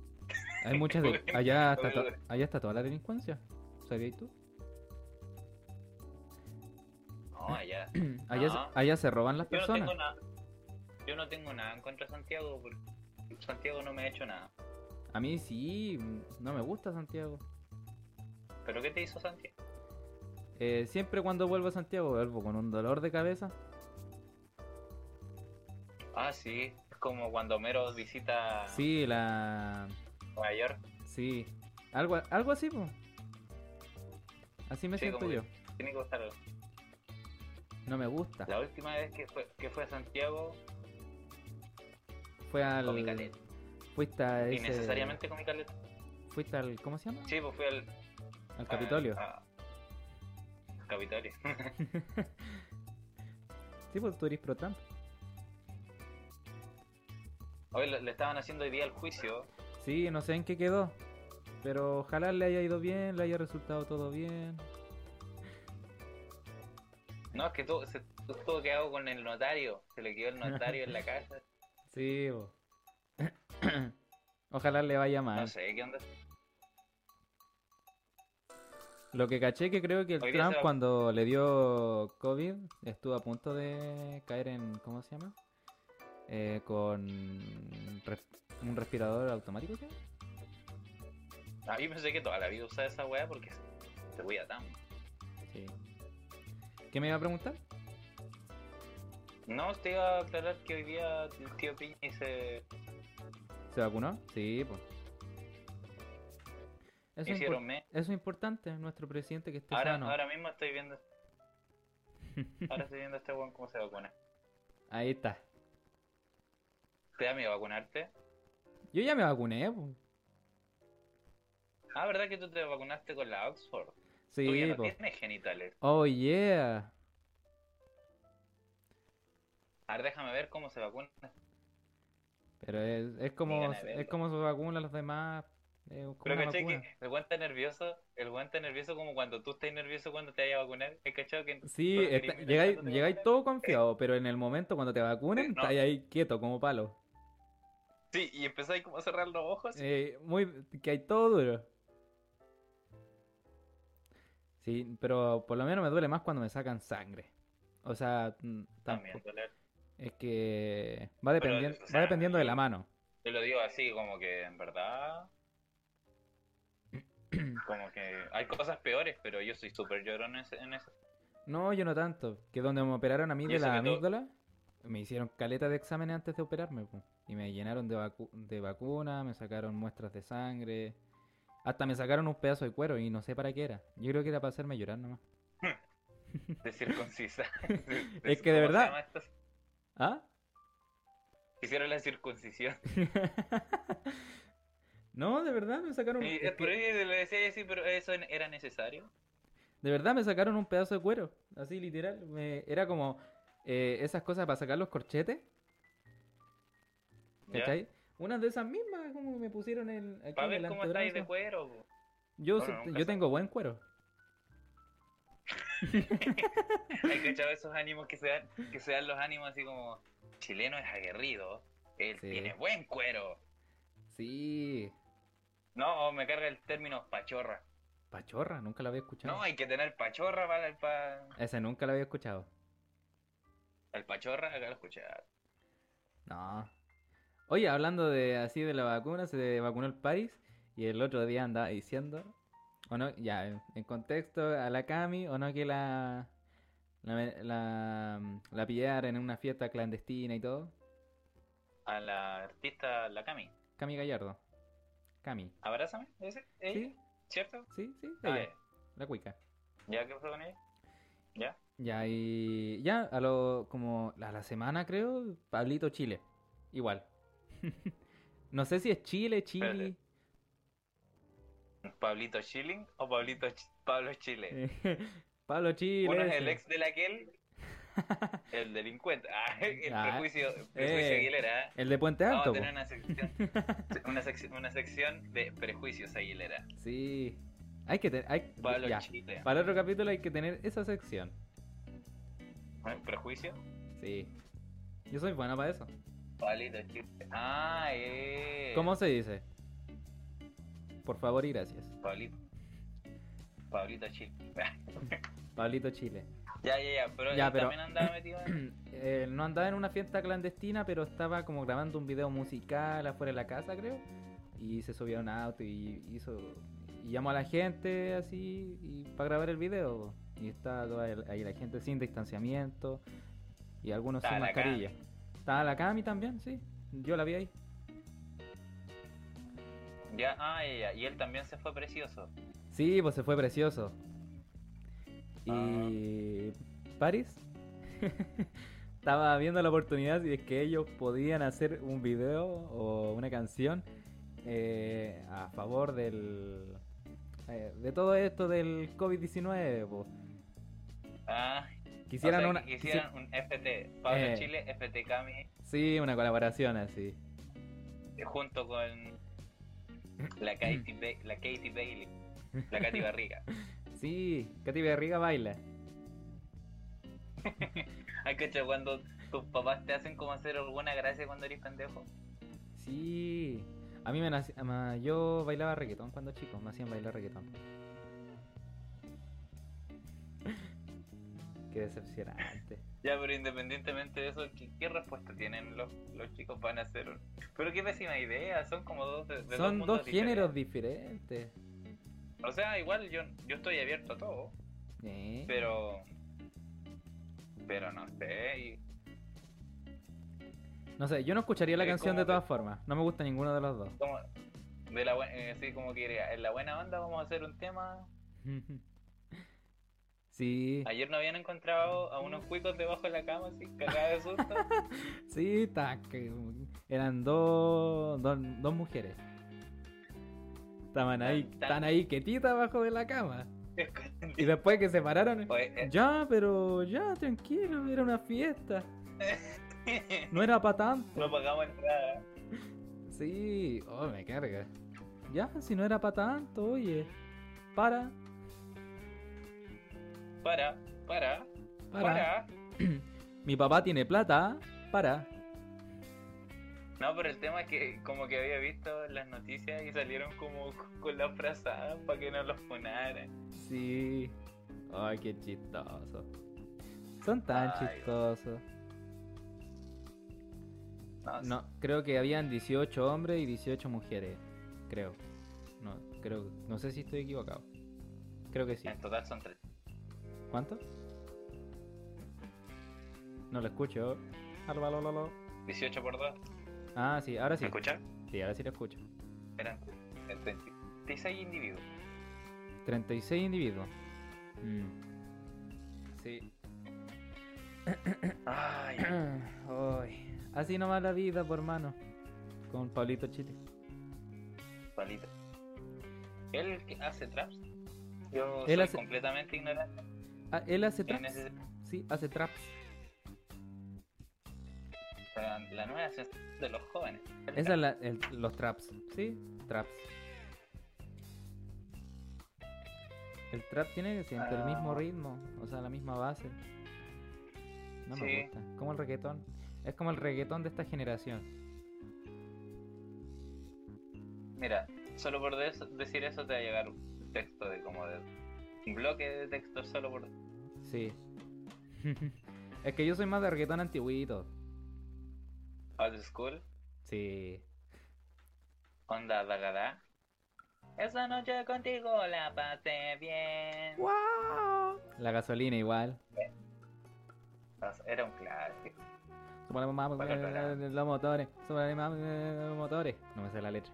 Hay muchas [LAUGHS] de... allá, está to-
Pobre.
allá está toda la delincuencia. ¿Sabías tú? Ah.
No, allá.
Allá,
No.
se, allá se roban las
Yo no
personas.
tengo nada. Yo no tengo nada en contra de Santiago porque Santiago no me ha hecho nada.
A mí sí, no me gusta Santiago.
¿Pero qué te hizo Santiago?
Eh, siempre cuando vuelvo a Santiago vuelvo con un dolor de cabeza.
Ah, sí. Es como cuando Homero visita
Sí, la...
Nueva York.
Sí. Algo, algo así, po. Así me
Sí,
siento
como que
yo.
Tiene que gustar algo.
No me gusta.
La última vez que fue, que fue a Santiago,
Fue al...
Comicalet.
Fuiste a ese...
innecesariamente con mi caleta.
Fuiste al... ¿Cómo se llama?
Sí, Ah, pues fui al.
Al Capitolio.
a- al Capitolio. [LAUGHS] ah.
Sí, pues tú eres pro Trump.
Hoy le, le estaban haciendo hoy día el juicio.
Sí, no sé en qué quedó. Pero ojalá le haya ido bien, le haya resultado todo bien.
No, es que todo, se, todo quedado con el notario. Se le quedó el notario [LAUGHS] en la casa.
Sí, po. [COUGHS] Ojalá le vaya mal.
No sé, ¿qué onda?
Lo que caché que creo que el
Hoy día
Trump
se va-
cuando le dio COVID estuvo a punto de caer en, ¿cómo se llama? Eh, con res- un respirador automático, ¿sí?
A mí pensé que toda la vida usaba esa weá porque se cuida tan.
Sí. ¿Qué me iba a preguntar?
No, te iba a aclarar que hoy día el tío Piña se
¿Se vacunó? Sí, pues. Eso, es
hicieron
impor-
me.
eso es importante, nuestro presidente que esté
Ahora,
sano.
ahora mismo
[LAUGHS]
estoy viendo. Ahora estoy viendo a este weón cómo se vacuna.
Ahí está.
¿Te da miedo vacunarte?
Yo ya me vacuné, po.
Ah, ¿verdad que tú te vacunaste con la Oxford?
Sí,
tú ya no
po.
tienes genitales.
Oh, yeah.
A ver, déjame ver cómo se vacuna.
Pero es, es como
ganas de
es
verlo.
como se vacunan los demás. Es como
Pero
una
caché
vacuna.
que el guante nervioso, el guante nervioso como cuando tú estás nervioso cuando te vayas a vacunar. He cachado que.
Sí,
solo
está-
quería mirar
llegáis,
cuando te
llegáis
[LAUGHS] vacunas.
todo confiado, pero en el momento cuando te vacunen,
no.
estáis ahí quieto como palo.
Sí, y empezáis como a cerrar los ojos.
Eh, muy, que hay todo duro. Sí, pero por lo menos me duele más cuando me sacan sangre. O sea, mm,
También,
tampoco-
doler.
es que va
Pero,
dependiendo,
o
va
sea,
dependiendo de la mano.
Yo lo digo así, como que en verdad. Como que hay cosas peores, pero yo soy súper llorón en ese- en eso.
No, yo no tanto. Que donde me operaron a mí
Y
de
eso
la
que todo-
amígdala, me hicieron caleta de exámenes antes de operarme. po. Y me llenaron de, vacu- de vacuna, me sacaron muestras de sangre. Hasta me sacaron un pedazo de cuero y no sé para qué era. Yo creo que era para hacerme llorar nomás.
De
[LAUGHS]
circuncisa.
Es que de
¿Cómo se
verdad-
llama esto?
¿Ah?
Hicieron la circuncisión.
no, de verdad me sacaron.
Y
[LAUGHS]
eh,
es
por
que-
ahí le decía así, pero eso era necesario.
de verdad me sacaron un pedazo de cuero. Así literal. Me- era como eh, esas cosas para sacar los corchetes.
¿Ya?
¿Cachai? Unas de esas mismas, como me pusieron el, aquí
Para
en el
ver cómo estáis de
antebrazo.
cuero. po.
Yo,
Bueno,
so-
nunca
yo
sabe.
tengo buen cuero.
Hay cachado esos ánimos que se dan, que se dan los ánimos así como chileno es aguerrido, él
Sí.
tiene buen cuero.
Sí.
No, o me carga el término pachorra.
Pachorra, nunca la había escuchado.
No, hay que tener pachorra para el, pa...
Ese nunca la había escuchado.
el pachorra, acá lo escuchaba.
No. Oye, hablando de así de la vacuna, se vacunó el Paris y el otro día andaba diciendo, o no, ya, en- en contexto, a la Cami, o no que la, la, me- la, la pillaron en una fiesta clandestina y todo.
A la artista, la Cami.
Cami Gallardo. Cami.
Abrázame, ¿ese? ¿Ella?
¿Sí?
¿Cierto?
Sí, sí,
Ah,
ella, la cuica.
¿Ya qué fue con ella? ¿Ya?
Ya, y ya, a lo, como a la semana creo, Pablito Chile. Igual. [LAUGHS] no sé si es Chile, Chile.
Espérate. ¿Pablito Schilling o Pablito Ch- Pablo Chile?
[LAUGHS] Pablo Chile.
Uno es
ese.
el ex
[LAUGHS]
del aquel, el delincuente. Ah, el
Ah,
prejuicio, el prejuicio
eh.
Aguilera. ¿eh?
El de Puente
Vamos
Alto.
a tener
po.
una sección,
[LAUGHS]
una, sección, una sección de prejuicios Aguilera.
Sí. Hay que tener. Hay...
Pablo
ya.
Chile.
Para otro capítulo hay que tener esa sección.
¿Eh? ¿Prejuicio?
Sí. Yo soy bueno para eso.
Palito Chile. Ah, eh.
¿Cómo se dice? Por favor y gracias.
Pablito. Pablito Chile.
Pablito Chile.
ya, ya, ya. Pero
Ya,
él
pero-
también andaba metido en...
[CLEARS THROAT] Eh, no andaba en una fiesta clandestina, pero estaba como grabando un video musical afuera de la casa, creo. Y se subió a un auto y hizo. Y llamó a la gente así y, para grabar el video. po. Y estaba toda el- ahí la gente sin distanciamiento y algunos
Estaba
sin
la Cami.
mascarilla. Estaba la Cami también, sí. Yo la vi ahí.
Ya, ah, ya, ya. Y él también se fue precioso.
Sí, pues se fue precioso. Y. Paris [LAUGHS] estaba viendo la oportunidad si es que ellos podían hacer un video o una canción eh, a favor del. eh, de todo esto del COVID-19. po.
Ah,
Quisieran
o sea,
una.
que hicieran
quisi-
un FT. Pablo
Eh.
Chile, FT Cami,
Sí, una colaboración así.
eh, junto con la
[CLEARS THROAT]
Katy, Ba- la Katy Bailey, la
[LAUGHS]
Katy Barriga.
Sí, Katy Berriga baila.
Hay que Ah, cuando tus papás te hacen como hacer alguna gracia cuando eres pendejo.
Sí. A mí me nació. Yo bailaba reggaetón cuando chico, me hacían bailar reggaetón. [LAUGHS] Qué decepcionante.
Ya, pero independientemente de eso, ¿qué, qué respuesta tienen los, los chicos para hacer? un- Pero qué pésima idea, son como dos de, de
Son
mundos
dos géneros diferentes.
diferentes. O sea, igual yo, yo estoy abierto a todo.
Eh,
Pero. Pero no sé. y-
No sé, yo no escucharía la
es
canción
como
de
que-
todas formas. No me gusta ninguno de los dos. [LAUGHS]
como- de la, bu- eh, así como que diría, en la buena banda vamos a hacer un tema.
Sí,
Ayer no habían encontrado a unos cuicos debajo de la cama, así cagada de
[LAUGHS]
susto.
sí, ta, que- eran dos, dos, dos mujeres. Estaban ahí,
Tan- tan-
están ahí quietitas abajo de la
[LAUGHS]
cama. Y
Escondido.
después que se pararon,
Oye,
Ya, pero ya, tranquilo, era una fiesta.
eh, [LAUGHS]
No era para tanto.
no pagamos entrada.
Sí, oh, me carga. Ya, si no era para tanto, oye. Para,
Para, para,
para.
para.
Mi papá tiene plata, para.
No, pero el tema es que como que había visto las noticias y salieron como con la frazada para que no los funaran.
Sí. Ay, qué chistoso. Son tan
Ay, bueno.
chistosos.
No,
No, creo que habían 18 hombres y 18 mujeres. Creo. No, creo. No sé si estoy equivocado. Creo que sí.
En total son tres.
¿Cuánto? No lo escucho. Aló, aló, aló, aló.
18 por 2.
Ah, sí, ahora sí.
¿Me escuchas?
Sí, ahora sí lo escucho.
Eran 36 individuos.
36 individuos. Mm. Sí.
Ay,
[COUGHS] Ay, Así nomás la vida, por mano. Con Pablito Chile.
palito. ¿Él que hace traps? Yo
Él
soy
hace-
completamente ignorante
Ah, él hace
en
traps.
ese-
Sí, hace traps.
la la nueva sensación de los jóvenes. El
Esa es
trap.
la, el- los traps. Sí, traps. El trap tiene que siempre el mismo
Ah.
ritmo, o sea, la misma base. No
Sí.
me gusta. Como el reggaetón. Es como el reggaetón de esta generación.
Mira, solo por de- decir eso te va a llegar un texto de como de un bloque de texto solo por
Sí. [LAUGHS] es que yo soy más de reggaetón antiguito.
old school,
Sí.
onda dagada. Esa noche contigo la pasé bien.
La gasolina igual.
Era un clásico.
Súbale, mamá,
Para aclarar.
eh, los motores. Súbale, mamá, los motores. No me sé la letra.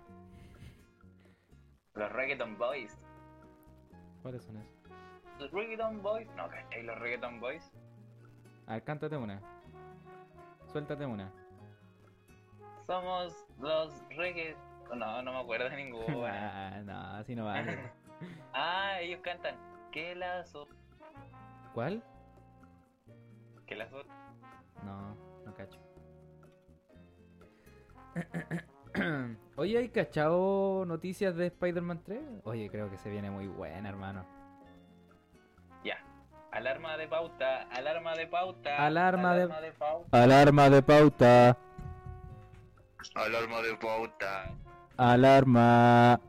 Los reggaeton boys.
¿Cuáles son esos?
Los reggaeton boys. No, ¿cachai? Los reggaeton boys.
A ver, cántate una. Suéltate una.
Somos los reggae... No, no me acuerdo de
[LAUGHS]
ninguna.
Ah, no, así no vale.
ah, ellos cantan. Que la so-
¿Cuál?
Que las dos.
No, no cacho. [CLEARS THROAT] Oye, ¿hay cachado noticias de Spider-Man 3? Oye, creo que se viene muy buena, hermano.
Ya. Alarma de pauta, alarma de pauta.
Alarma de-
pauta. [LAUGHS]
Alarma de pauta.
Alarma de pauta.
Alarma.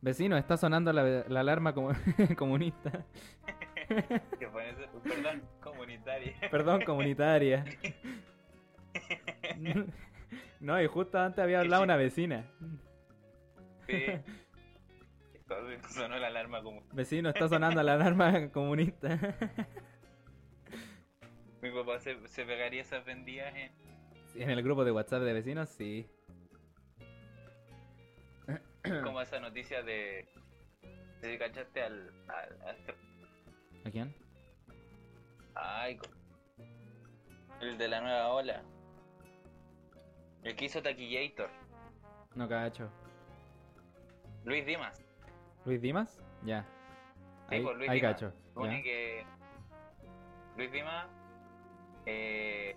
Vecino, está sonando la, la alarma como- [LAUGHS] comunista.
Que fue ese- Perdón, comunitaria. [LAUGHS]
Perdón, comunitaria. [LAUGHS] No, y justo antes había hablado una vecina.
Sí. Entonces sonó la alarma como.
Vecino, está sonando la alarma [LAUGHS] comunista.
Mi papá se, se pegaría esas vendidas en.
[CLEARS THROAT] En el grupo de WhatsApp de vecinos, sí.
Como esa noticia de. de que cachaste al. al, al este-
¿A quién?
Ay, co- El de la nueva ola. El que hizo Taquillator.
No cacho.
Luis Dimas.
¿Luis Dimas? Ya.
Sí,
Ahí,
pues, Luis
ahí
Dimas.
cacho.
Supone
ya.
que Luis Dimas eh,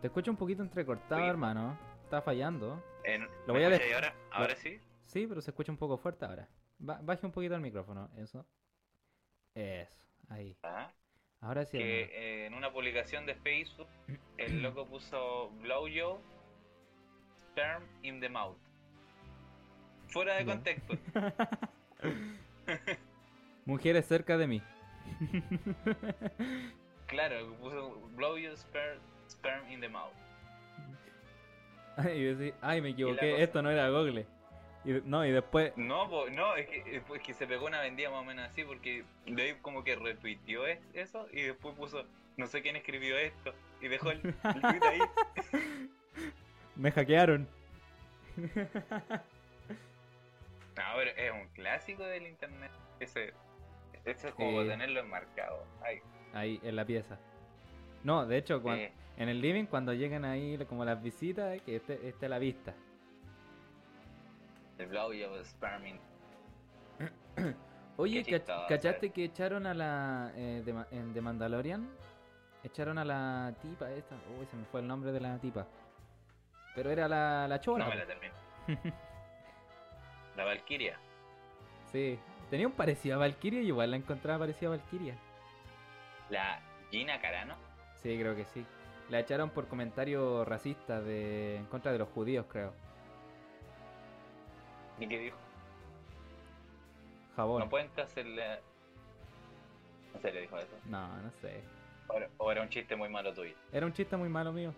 Te escucho un poquito entrecortado,
Sí.
hermano. Está fallando.
en-
Lo
¿me
voy a
escucháis
dej-
ahora? ¿Ahora sí?
Sí, pero se escucha un poco fuerte ahora. Ba- baje un poquito el micrófono, eso. Eso, ahí.
Ah,
Ahora sí.
que
hermano.
eh, en una publicación de Facebook el loco puso Blowjob Sperm in the Mouth. Fuera de
Ya.
contexto.
Mujeres cerca de mí. [LAUGHS]
Claro, puso Blowjob Sperm, sperm in the Mouth.
y decís, ay, me
cosa-
equivoqué, esto no era Google. Y, de- no, y después,
No, po, no, es que, es que se pegó una vendida más o menos así porque de ahí como que retuiteó es- eso y después puso no sé quién escribió esto y dejó el, el tweet ahí.
me hackearon.
No, pero es un clásico del internet. Ese, ese es como
Sí.
para tenerlo enmarcado. Ay,
Ahí, en la pieza. No, de hecho, cuan-
eh,
en el living, cuando llegan ahí como las visitas, eh, que esté esté a la vista.
el blowjob sperming.
Oye,
Qué
cach-
chistoso. eh.
¿cachaste que echaron a la. eh, de, Ma- en The Mandalorian? Echaron a la tipa esta. Uy, se me fue el nombre de la tipa. Pero era la, la chora.
No me la termino.
[LAUGHS]
La Valkyria.
Sí. Tenía un parecido a Valkyria y igual la encontraba parecida a Valkyria.
La Gina Carano.
Sí, creo que sí. La echaron por comentarios racistas de, en contra de los judíos, creo.
¿Y qué dijo?
Jabón.
No pueden hacerle. ¿En serio dijo eso?
no, no sé.
¿O era- o era un chiste muy malo
[LAUGHS]
tuyo?
Era un chiste muy malo mío.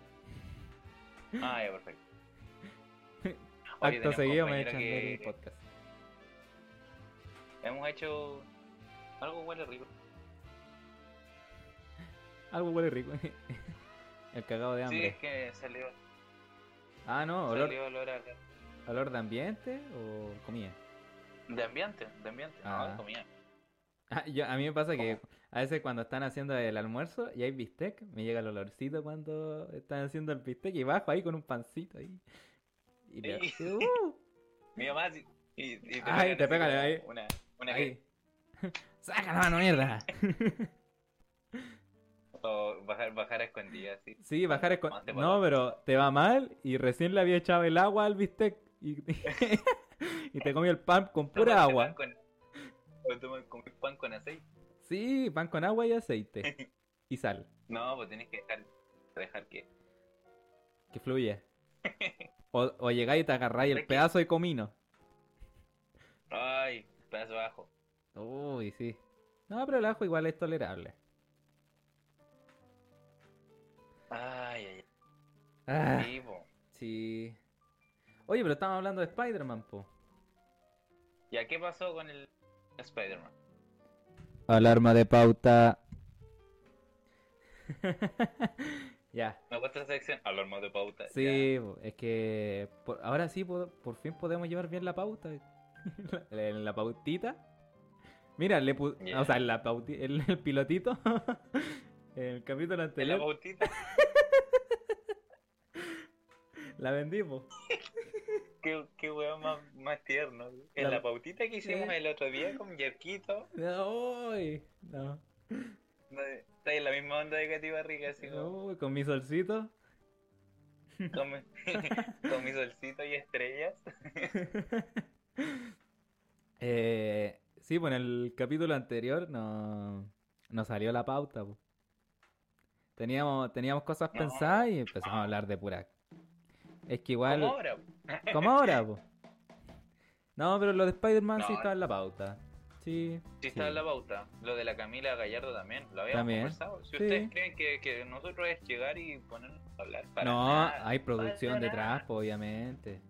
Ah, ya, perfecto. Oye,
Acto
tenía un
seguido me
compañero
echan
que-
del podcast.
Hemos hecho algo huele rico.
Algo huele rico. eh. [LAUGHS] el cagado de
Sí,
hambre.
es que salió,
Ah, no, olor,
salió olor a-
¿Olor de ambiente o comida? [LAUGHS]
de ambiente, de ambiente, no,
Ah.
de comida.
Ah, yo- a mí me pasa que a veces cuando están haciendo el almuerzo y hay bistec, me llega el olorcito cuando están haciendo el bistec y bajo ahí con un pancito ahí. Y le-
Sí.
[LAUGHS]
[LAUGHS]
¡Uh!
Mi mamá y, y, y te
Ay, te
así
pegan
como
ahí.
Una, una
ahí. [LAUGHS] ¡Saca la mano, mierda!
o bajar, bajar a escondidas, sí.
Sí, bajar es... con-
Más te
No,
guardo.
pero te va mal y recién le había echado el agua al bistec y, [LAUGHS] y te comió el pan con pura
Toman
agua.
pan con- o toman con pan con aceite.
Sí, pan con agua y
[LAUGHS]
aceite. Y sal,
No, pues tienes que dejar, dejar que.
que fluye.
[LAUGHS]
O, o llegáis y te agarráis el
Es que-
pedazo de comino.
Ay, pedazo abajo.
Uy, sí. No, pero el ajo igual es tolerable.
Ay, ay,
Ah,
ay. Sí, po.
sí. Oye, pero estamos hablando de Spider-Man, po.
¿Ya qué pasó con el Spider-Man?
Alarma de pauta. [LAUGHS] ya.
Me gusta esa sección. Alarma de pauta. ya.
Sí, po, es que por- ahora sí, po- por fin podemos llevar bien la
[LAUGHS]
pauta. La- en la pautita. Mira, le pu-
Ya.
O sea, en la pauti- en el pilotito. [LAUGHS] en el capítulo
En la
anterior.
pautita.
La vendimos.
qué, qué weón más, más tierno. En
La-
la, pautita que hicimos
Eh.
el otro día con Yerquito,
No, uy, no.
está en la misma onda de Katy Barriga, así como
Uy, con mi solcito.
con, [LAUGHS] mi- con mi solcito y estrellas.
Eh, sí, pues en el capítulo anterior no, no salió la pauta. po. Teníamos, teníamos cosas
No.
pensadas y empezamos a hablar de pura. Es que igual.
Como ahora, po.
Como ahora, po. No, pero lo de Spider-Man sí
No.
estaba en la pauta. Sí.
Sí, está en la pauta. Lo de la Camila Gallardo también, lo habíamos
También,
conversado. Si
sí.
ustedes creen que, que nosotros es llegar y ponernos a hablar para
No,
nada,
hay
para
producción
nada.
detrás, po, obviamente.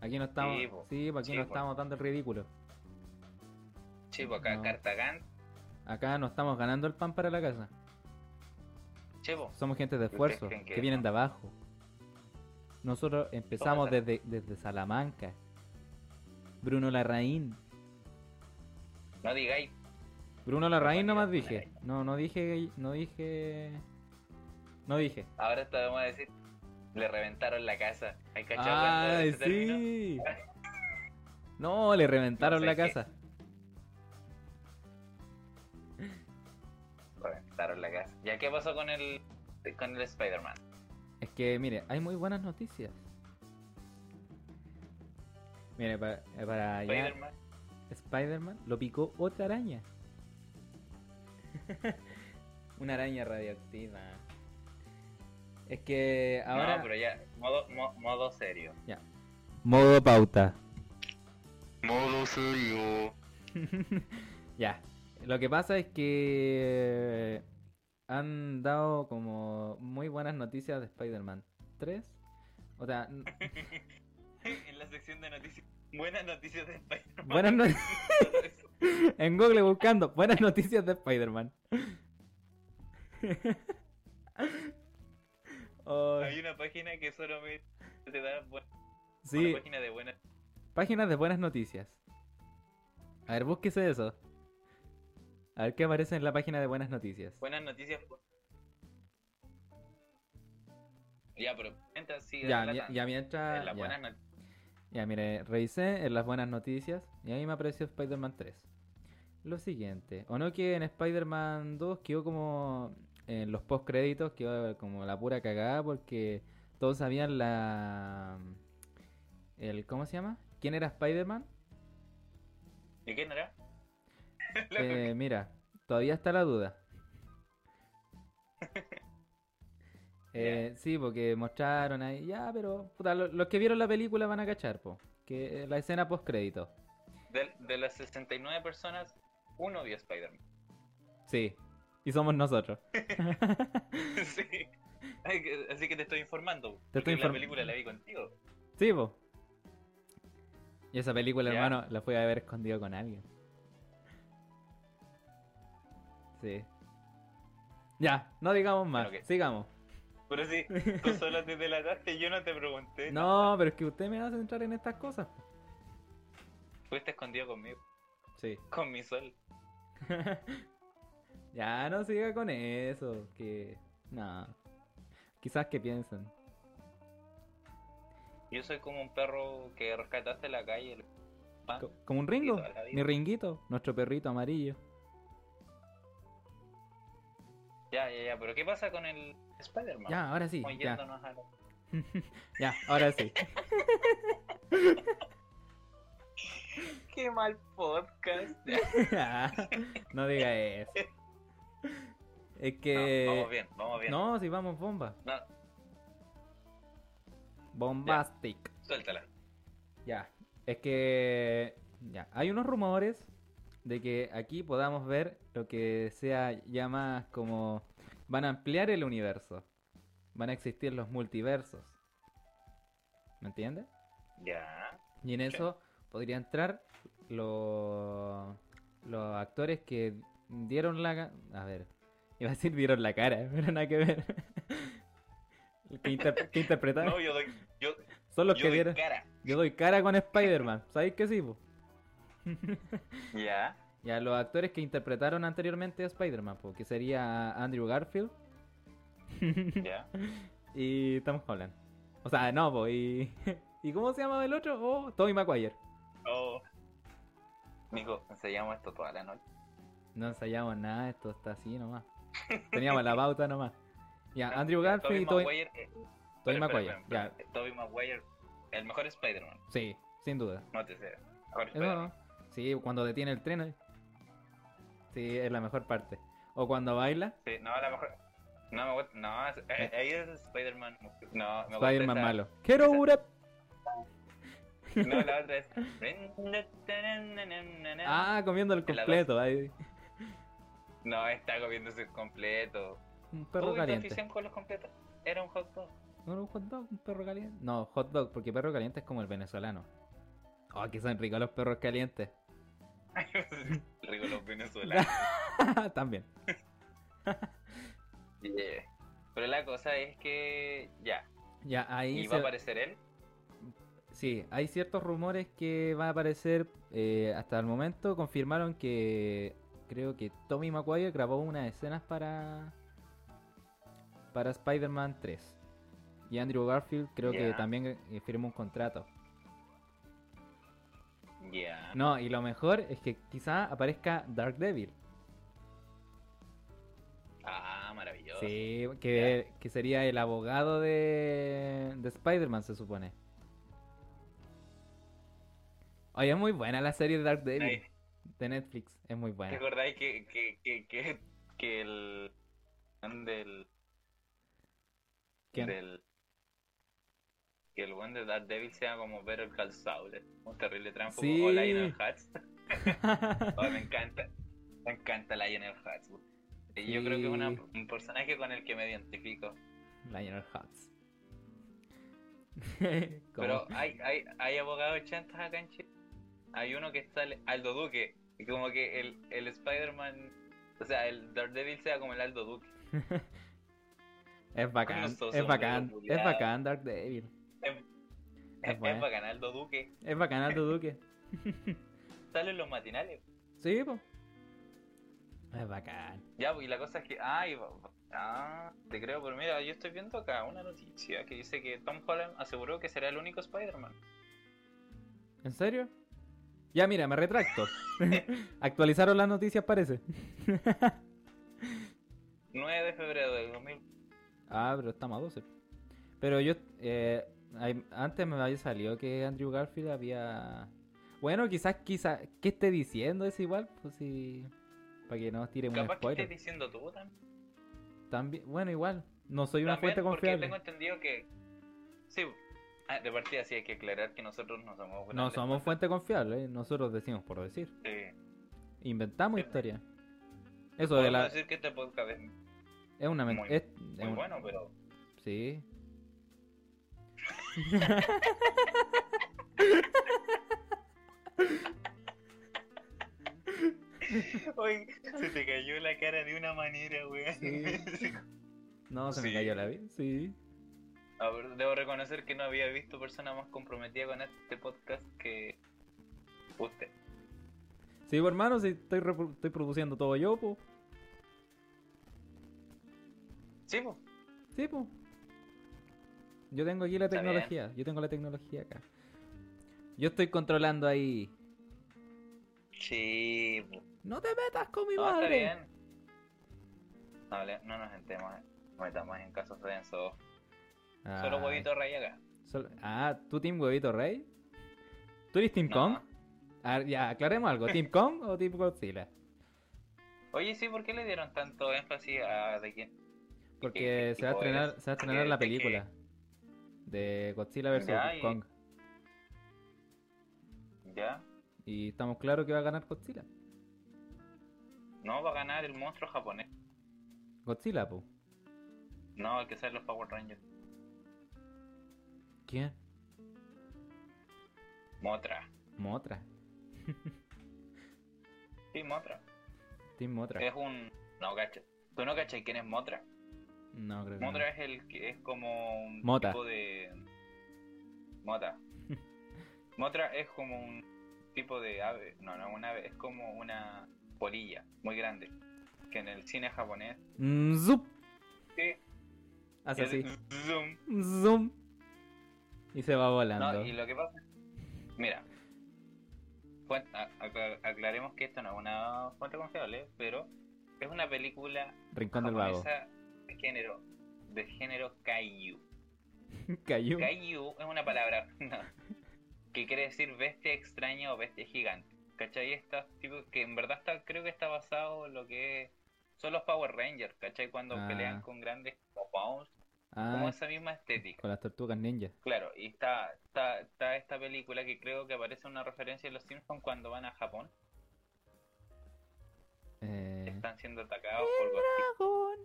Aquí no estamos. Sí,
po.
po, aquí
Sí,
no
po.
estamos dando el ridículo.
Sí, po, acá
No.
Cartagán.
Acá no estamos ganando el pan para la casa.
Sí, po.
Somos gente de
¿Y ustedes
esfuerzo,
creen
que,
que
vienen
no?
de abajo. Nosotros empezamos
Tómatela.
desde, desde Salamanca. Bruno Larraín.
no digáis.
Bruno Larraín
Compañía
nomás
de
dije.
Larraín.
No, no dije. No dije. No dije.
Ahora te vamos a decir, le reventaron la casa. Hay cachado cuando
¡Ay,
se terminó?
sí! No, le reventaron
No
la
sé qué.
casa.
Reventaron la casa. ¿Ya qué pasó con el con el Spider-Man?
Es que, mire, hay muy buenas noticias. Mire, pa- eh, para allá,
Spider-Man.
Spider-Man lo picó otra araña. [LAUGHS] Una araña radioactiva. Es que ahora.
No, pero ya, modo, mo- modo serio.
Modo pauta.
Modo serio.
[LAUGHS] Ya. Lo que pasa es que eh, han dado como muy buenas noticias de Spider-Man 3. O sea, n-
[LAUGHS] en la sección de noticias. Buenas noticias de Spider-Man. [LAUGHS]
buenas no- [LAUGHS] en Google buscando buenas noticias de Spider-Man. [LAUGHS] Oh,
Hay una página que solo me te da buena,
sí,
una página de buenas.
páginas de buenas noticias. A ver, búsquese eso. A ver qué aparece en la página de buenas noticias.
Buenas noticias. por- Ya, pero entra,
Ya,
sigue
ya,
relatando.
ya
En
mientras...
las
ya.
buenas noticias.
Ya, mire, revisé en las buenas noticias y ahí me apareció Spider-Man 3. Lo siguiente, o no que en Spider-Man 2 quedó como en los postcréditos, quedó como la pura cagada porque todos sabían la... El, ¿Cómo se llama? ¿Quién era Spider-Man?
¿Y quién era?
Eh, mira, todavía está la
[LAUGHS]
duda. Eh, Sí, porque mostraron ahí, ya, pero puta, lo- los que vieron la película van a cachar, po, que eh, la escena postcrédito.
De, de las 69 personas, uno vio Spider-Man. [LAUGHS]
Sí, y somos nosotros.
sí. Ay, que- Así que te estoy
Te
informando. porque
estoy inform-
La película la vi contigo.
Sí, po. Y esa película,
Ya.
hermano, la fui a ver escondido con alguien. Sí. Ya, no digamos más,
Pero que-
sigamos.
Pero sí, tú solo te delataste y yo no te pregunté.
No, pero es que usted me hace entrar en estas cosas. po.
Fuiste escondido conmigo,
Sí.
con mi sol.
Ya no siga con eso, que... No. Quizás que piensan.
Yo soy como un perro que rescataste en la calle. Ah,
Co- Como un ringo,
Ringuito, a la vida.
mi ringuito, nuestro perrito amarillo.
Ya, ya, ya, pero ¿qué pasa con el Spider-Man?
Ya, ahora sí.
Como
Ya,
yéndonos a lo-
ya, ahora sí. [LAUGHS]
Qué mal podcast.
no diga eso. Es
No,
que.
vamos bien, vamos bien.
Eh, No, si vamos bomba.
No,
Bombastic.
suéltala.
Ya. Es que. Ya. Hay unos rumores de que aquí podamos ver lo que sea ya más como. Van a ampliar el universo. Van a existir los multiversos. ¿Me entiendes?
Ya.
Y en
Sí.
eso podría entrar lo- los actores que dieron la... ca- A ver, iba a decir dieron la cara, [LAUGHS] pero nada que ver. que, inter- que interpretaron.
No, yo doy, yo,
Son los
yo
que
doy
dieron...
cara.
Yo doy cara con Spider-Man, ¿sabéis que sí? po? [LAUGHS]
Ya.
Ya, los actores que interpretaron anteriormente a Spider-Man, po, que sería Andrew Garfield
Ya.
y [LAUGHS] Tom Holland. O sea, no, po, y, ¿Y cómo se llamaba el otro? Oh, Tommy Maguire.
Oh. Nico, ensayamos esto toda la noche.
No ensayamos nada, esto está así nomás. Teníamos la pauta nomás.
[LAUGHS]
Ya, Andrew
Ya,
Garfield y Tobey
Maguire, eh,
Tobey
espera,
Maguire.
espera, espera,
Ya,
espera. Tobey Maguire, el mejor Spider-Man,
sí, sin duda.
no te sé. Mejor
Eso
Spider-Man.
no. Sí, cuando detiene el tren. eh. Sí, es la mejor parte. O cuando baila.
Sí, no, la mejor. No, me gusta. No, es- eh, ahí es Spider-Man. No, me gusta
Spider-Man
esa-
malo. Quiero
esa-
una-
No, la otra es.
Ah, comiendo el
En la
completo. ahí.
No, está comiéndose completo.
Un perro
Uy, tu
caliente.
afición con los completos. Era un hot dog.
No, un hot dog, un perro caliente. No, hot dog, porque perro caliente es como el venezolano. Oh, que son ricos los perros calientes.
Rico los venezolanos.
[LAUGHS] También.
Yeah. Pero la cosa es que. Ya.
Ya, ahí
¿Y va a
se-
aparecer él?
Sí, hay ciertos rumores que van a aparecer. eh, hasta el momento confirmaron que creo que Tommy Maguire grabó unas escenas para para Spider-Man 3. Y Andrew Garfield creo que
Ya.
también eh, firmó un contrato.
Ya.
No, y lo mejor es que quizá aparezca Dark Devil.
Ah, maravilloso.
Sí, que, que sería el abogado de, de Spider-Man, se supone. Oye, es muy buena la serie de Dark Devil
Ay,
de Netflix. Es muy
¿Te
buena.
acordáis que, que, que, que, que el. del.
¿Quién?
del- que el buen de Dark Devil sea como Better Call Saul, un terrible trampo
Sí.
como o Lionel Hutz. Ay, me encanta, me encanta Lionel Hutz. güey. Y Yo creo que es una-
Sí.
un personaje con el que me identifico.
[LAUGHS] Lionel Hutz.
Pero hay, hay, hay abogados chantas acá en Chile. Hay uno que sale, Aldo Duque, y como que el, el Spider-Man, o sea, el Daredevil sea como el Aldo Duque.
es bacán,
¿Cómo sos
es
un
bacán,
negro
es
culiao?
bacán Dark Devil. Es
Es,
buena.
bacán, Aldo Duque.
Es bacán Aldo Duque.
Salen los matinales.
Sí, po. Es bacán.
Ya, pues, y la cosa es que. Ay, va- va- ah, te creo, pero mira, yo estoy viendo acá una noticia que dice que Tom Holland aseguró que será el único Spider-Man.
¿En serio? Ya mira, me retracto. [LAUGHS] Actualizaron las noticias parece.
9 de febrero del 2000.
Ah, pero estamos a 12. Pero yo eh, ay- antes me había salido que Andrew Garfield había Bueno, quizás quizás qué esté diciendo es igual, pues sí. Para que no nos tiremos un
Capaz que estés
spoiler.
diciendo tú también.
También, bueno, igual, no soy una
también,
fuente
porque
confiable.
tengo entendido que. Sí, ah, de partida sí hay que aclarar que nosotros no somos.
No
grandes
somos fuente confiable, ¿eh? nosotros decimos por decir.
Sí.
Inventamos
Sí.
historia. Eso de
Podemos
la,
decir que este podcast es muy
es una
muy-
mentira. Es, es un-
bueno, pero. [LAUGHS]
Sí.
Uy, se te cayó la cara de una manera, weón. [LAUGHS]
Sí. [LAUGHS] No, se me
Sí.
cayó la vida. Sí.
A ver, Ah, debo reconocer que no había visto persona más comprometida con este podcast que usted.
Sí, pues, hermano, si estoy, repro- estoy produciendo todo yo, pues. po.
Sí, po.
Sí, po. Yo tengo aquí la
Está bien.
tecnología. Yo tengo la tecnología acá. Yo estoy controlando ahí.
Sí, po.
No te metas con mi
No, está
madre.
bien. No, le- no nos entemos, no metamos en casos densos. Solo
Ay,
huevito rey acá.
Ah, solo- Ah, ¿tú Team Huevito Rey? ¿Tú eres Team
No.
Kong? Ah, ya, aclaremos algo.
[LAUGHS]
¿Team Kong o Team Godzilla?
Oye, sí, ¿por qué le dieron tanto énfasis a de quién?
Porque
¿Qué
se va a
tipo
estrenar,
eres?
se va a estrenar la
¿De qué?
película de Godzilla vs.
Ya, y-
Kong.
¿Ya?
Y estamos claros que va a ganar Godzilla.
No va a ganar el monstruo japonés.
Godzilla, po.
No, hay que ser los Power Rangers.
¿Quién?
Motra.
Motra.
Sí, Motra.
Team Motra.
Es un. No, cacho. Tú no cachas quién es Motra.
No, creo que no.
Motra es el que es como un
Mm. Mota.
tipo de.
[LAUGHS]
Mota. Motra es como un tipo de ave. No, no es una ave, es como una polilla muy grande. Que en el cine japonés.
Mm, Zup.
Sí,
Hace
es
así.
Zoom.
Zoom. Y se va
No,
volando.
y lo que pasa. Mira. cuen- a- acla- aclaremos que esto no es una fuente confiable, pero es una película
Rincón del vago.
japonesa de género, de género kaiju.
Cayó.
Kaiju es una palabra [LAUGHS] no, que quiere decir bestia extraña o bestia gigante. ¿Cachai? Está, tipo, que en verdad está, creo que está basado en lo que son los Power Rangers, ¿cachai? Cuando
Ah.
pelean con grandes compounds, como
Ah,
esa misma estética.
con las tortugas ninja.
Claro, y está, está, está esta película que creo que aparece una referencia de los Simpsons cuando van a Japón.
Eh...
Están siendo atacados por gorila.
dragón.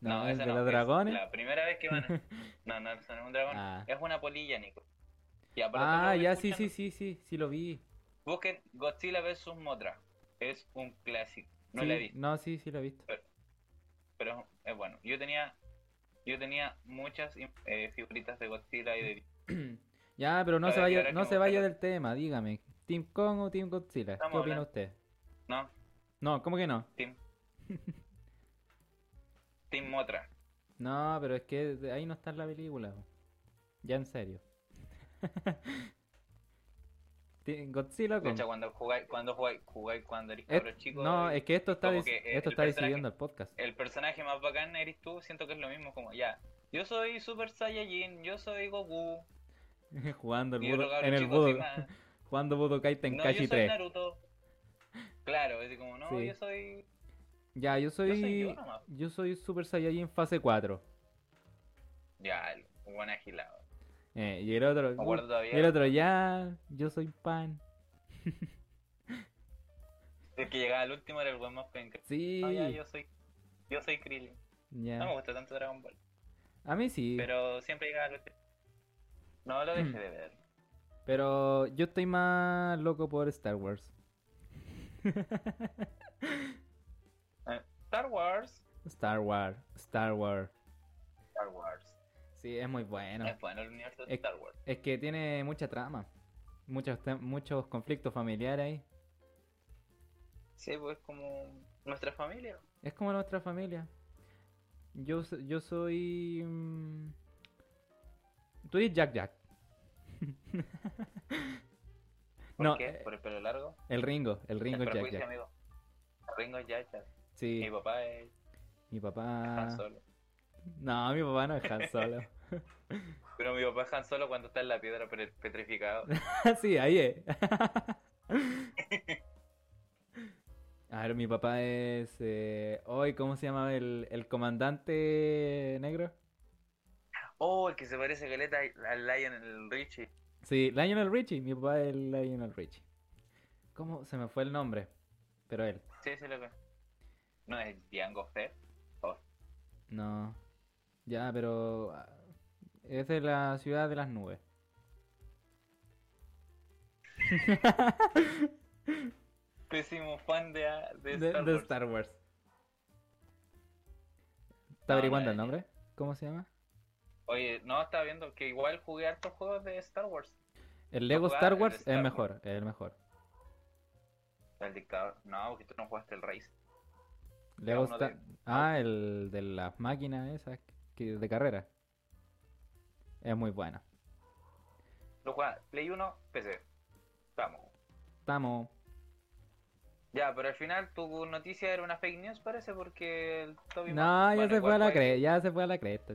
No, es
esa
de los
es
dragones.
La primera vez que van
[LAUGHS]
a... No, no, eso no es un dragón.
Ah.
Es una polilla, Nico. Ya, por otro
Ah,
lado,
ya, sí,
escuchan-
sí, sí, sí, sí lo vi.
Busquen Godzilla vs. Motra. Es un clásico. No
Sí,
la he visto,
No, sí, sí lo he visto.
pero es bueno. Yo tenía yo tenía muchas eh, figuritas de Godzilla y de...
[LAUGHS] Ya, pero no
Para
se vaya,
aclarar
no
que
se
me
vaya
gusta
del tema, dígame. ¿Team Kong o Team Godzilla? ¿Qué
Estamos
opina
hablando-
usted?
No,
No, ¿cómo que no?
Team... Team Motra.
No, pero es que de ahí no está la película. po. Ya en serio. [LAUGHS] Team Godzilla o
De
Kong.
hecho, cuando jugáis, cuando jugáis, jugáis cuando eres
Es-
cabro chico,
Eh, no,
el,
es que esto está,
como
dis-
que, eh,
esto
el
está
personaje-
decidiendo el podcast.
el personaje más bacán eres tú, siento que es lo mismo como ya. Yo soy Super Saiyajin, yo soy Goku, eh,
[LAUGHS] jugando el
y otro
Budo-
cabro
en el
chico
Budo,
así
[LAUGHS]
más,
jugando Budokai
No, yo
Tenkaichi
soy
3.
Naruto. Claro, es como, no,
Sí.
yo soy
Ya, yo soy.
soy
Yo soy,
yo nomás.
Super Saiyajin fase 4.
Ya, el buen agilado.
Eh, y el otro.
Me acuerdo todavía.
y el otro, ya. Yo soy pan.
El que llegaba al último era el buen más penca.
Sí.
No, ya, yo soy. Yo soy Krillin.
ya.
No me gusta tanto Dragon Ball.
A mí sí. Mm. Pero...
Pero siempre llegaba al último. No lo dejé de ver.
yo estoy más loco por Star Wars. [LAUGHS]
Star Wars.
Star Wars. Star Wars.
Star Wars.
Sí, es muy bueno.
Es bueno el universo de
Es-
Star Wars.
Es que tiene mucha trama. Muchos, tem- muchos conflictos familiares ahí.
Sí, pues como nuestra familia.
Es como nuestra familia. Yo, so- yo soy. mm, Tú eres Jack Jack.
¿Por
no,
qué?
eh,
¿Por el pelo largo?
el Ringo, el Ringo
el
es Jack
prejuicio,
Jack.
amigo. Ringo es Jack Jack.
Sí, Ah.
Mi papá es
mi
Han
papá.
Solo.
No, mi papá no es
[LAUGHS]
Han Solo. [LAUGHS]
Pero mi papá es Han Solo cuando está en la piedra pre-
[LAUGHS]
petrificado.
sí, ahí
[LAUGHS]
es. A ver, mi papá es. Eh... hoy, ¿Cómo se llama el, el comandante negro?
Oh, el que se parece Galeta al Lionel Richie.
Sí, Lionel Richie. Mi papá es Lionel Richie. ¿Cómo se me fue el nombre? Pero él.
Sí, sí, lo que. No es Django Fett.
No. Ya, pero. ah, Es de la ciudad de las nubes.
Pésimo fan de, ah, de
De,
Star
de
Wars.
Star Wars. ¿Está
No,
averiguando
la-
el nombre? ¿Cómo se llama?
Oye, no, estaba viendo que igual jugué hartos juegos de Star Wars.
El Lego
jugaba
Star
el de
Wars
Star
es
Wars.
mejor, es el mejor.
El dictador. No, porque tú no jugaste el Race.
Lego
uno
Star...
de-
Ah, el de las máquinas esas que de carrera. Es muy buena.
Lo jugaba Play 1, PC. Vamos.
Estamos.
Ya, pero al final tu noticia era una fake news, parece, porque el Toby
No, ya se fue a la
cresta.
cre... ya se fue a la cresta.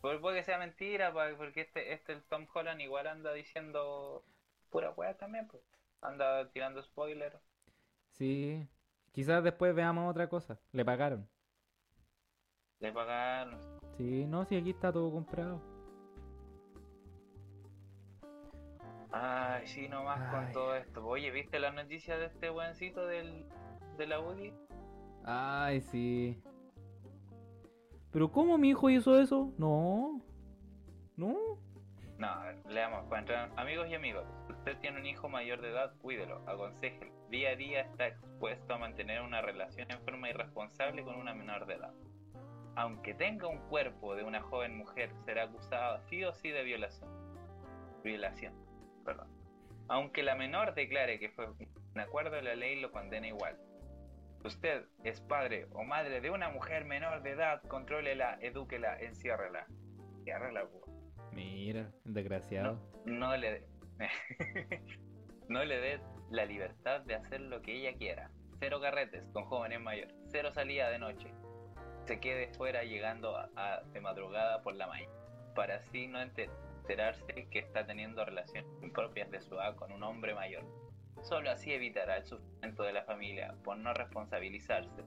Puede que sea mentira, pa- porque este, este el Tom Holland igual anda diciendo pura hueá también, pues. Anda tirando spoilers.
Sí. Quizás después veamos otra cosa. Le pagaron.
Le pagaron.
Sí, no, si aquí está todo comprado.
Ay, sí, nomás
Ay.
con todo esto. Oye, ¿viste las noticias de este buencito del, de la UDI?
Ay, sí. ¿Pero cómo mi hijo hizo eso? No. No.
No, a ver, leamos. Para entrar, amigos y amigos, usted tiene un hijo mayor de edad, cuídelo, aconsejelo. Día a día está expuesto a mantener una relación en forma irresponsable con una menor de edad. Aunque tenga un cuerpo de una joven mujer, será acusado sí o sí de violación. Violación, perdón. Aunque la menor declare que fue un acuerdo, la ley lo condena igual. Usted es padre o madre de una mujer menor de edad, contrólela, edúquela, enciérrela. pues. Enciérrela, pú.
Mira, desgraciado.
No le [LAUGHS] no le dé la libertad de hacer lo que ella quiera. Cero carretes con jóvenes mayores. Cero salida de noche. Se quede fuera llegando a, a- de madrugada por la mañana. Para así no enter- enterarse que está teniendo relaciones impropias de su edad con un hombre mayor. Solo así evitará el sufrimiento de la familia por no responsabilizarse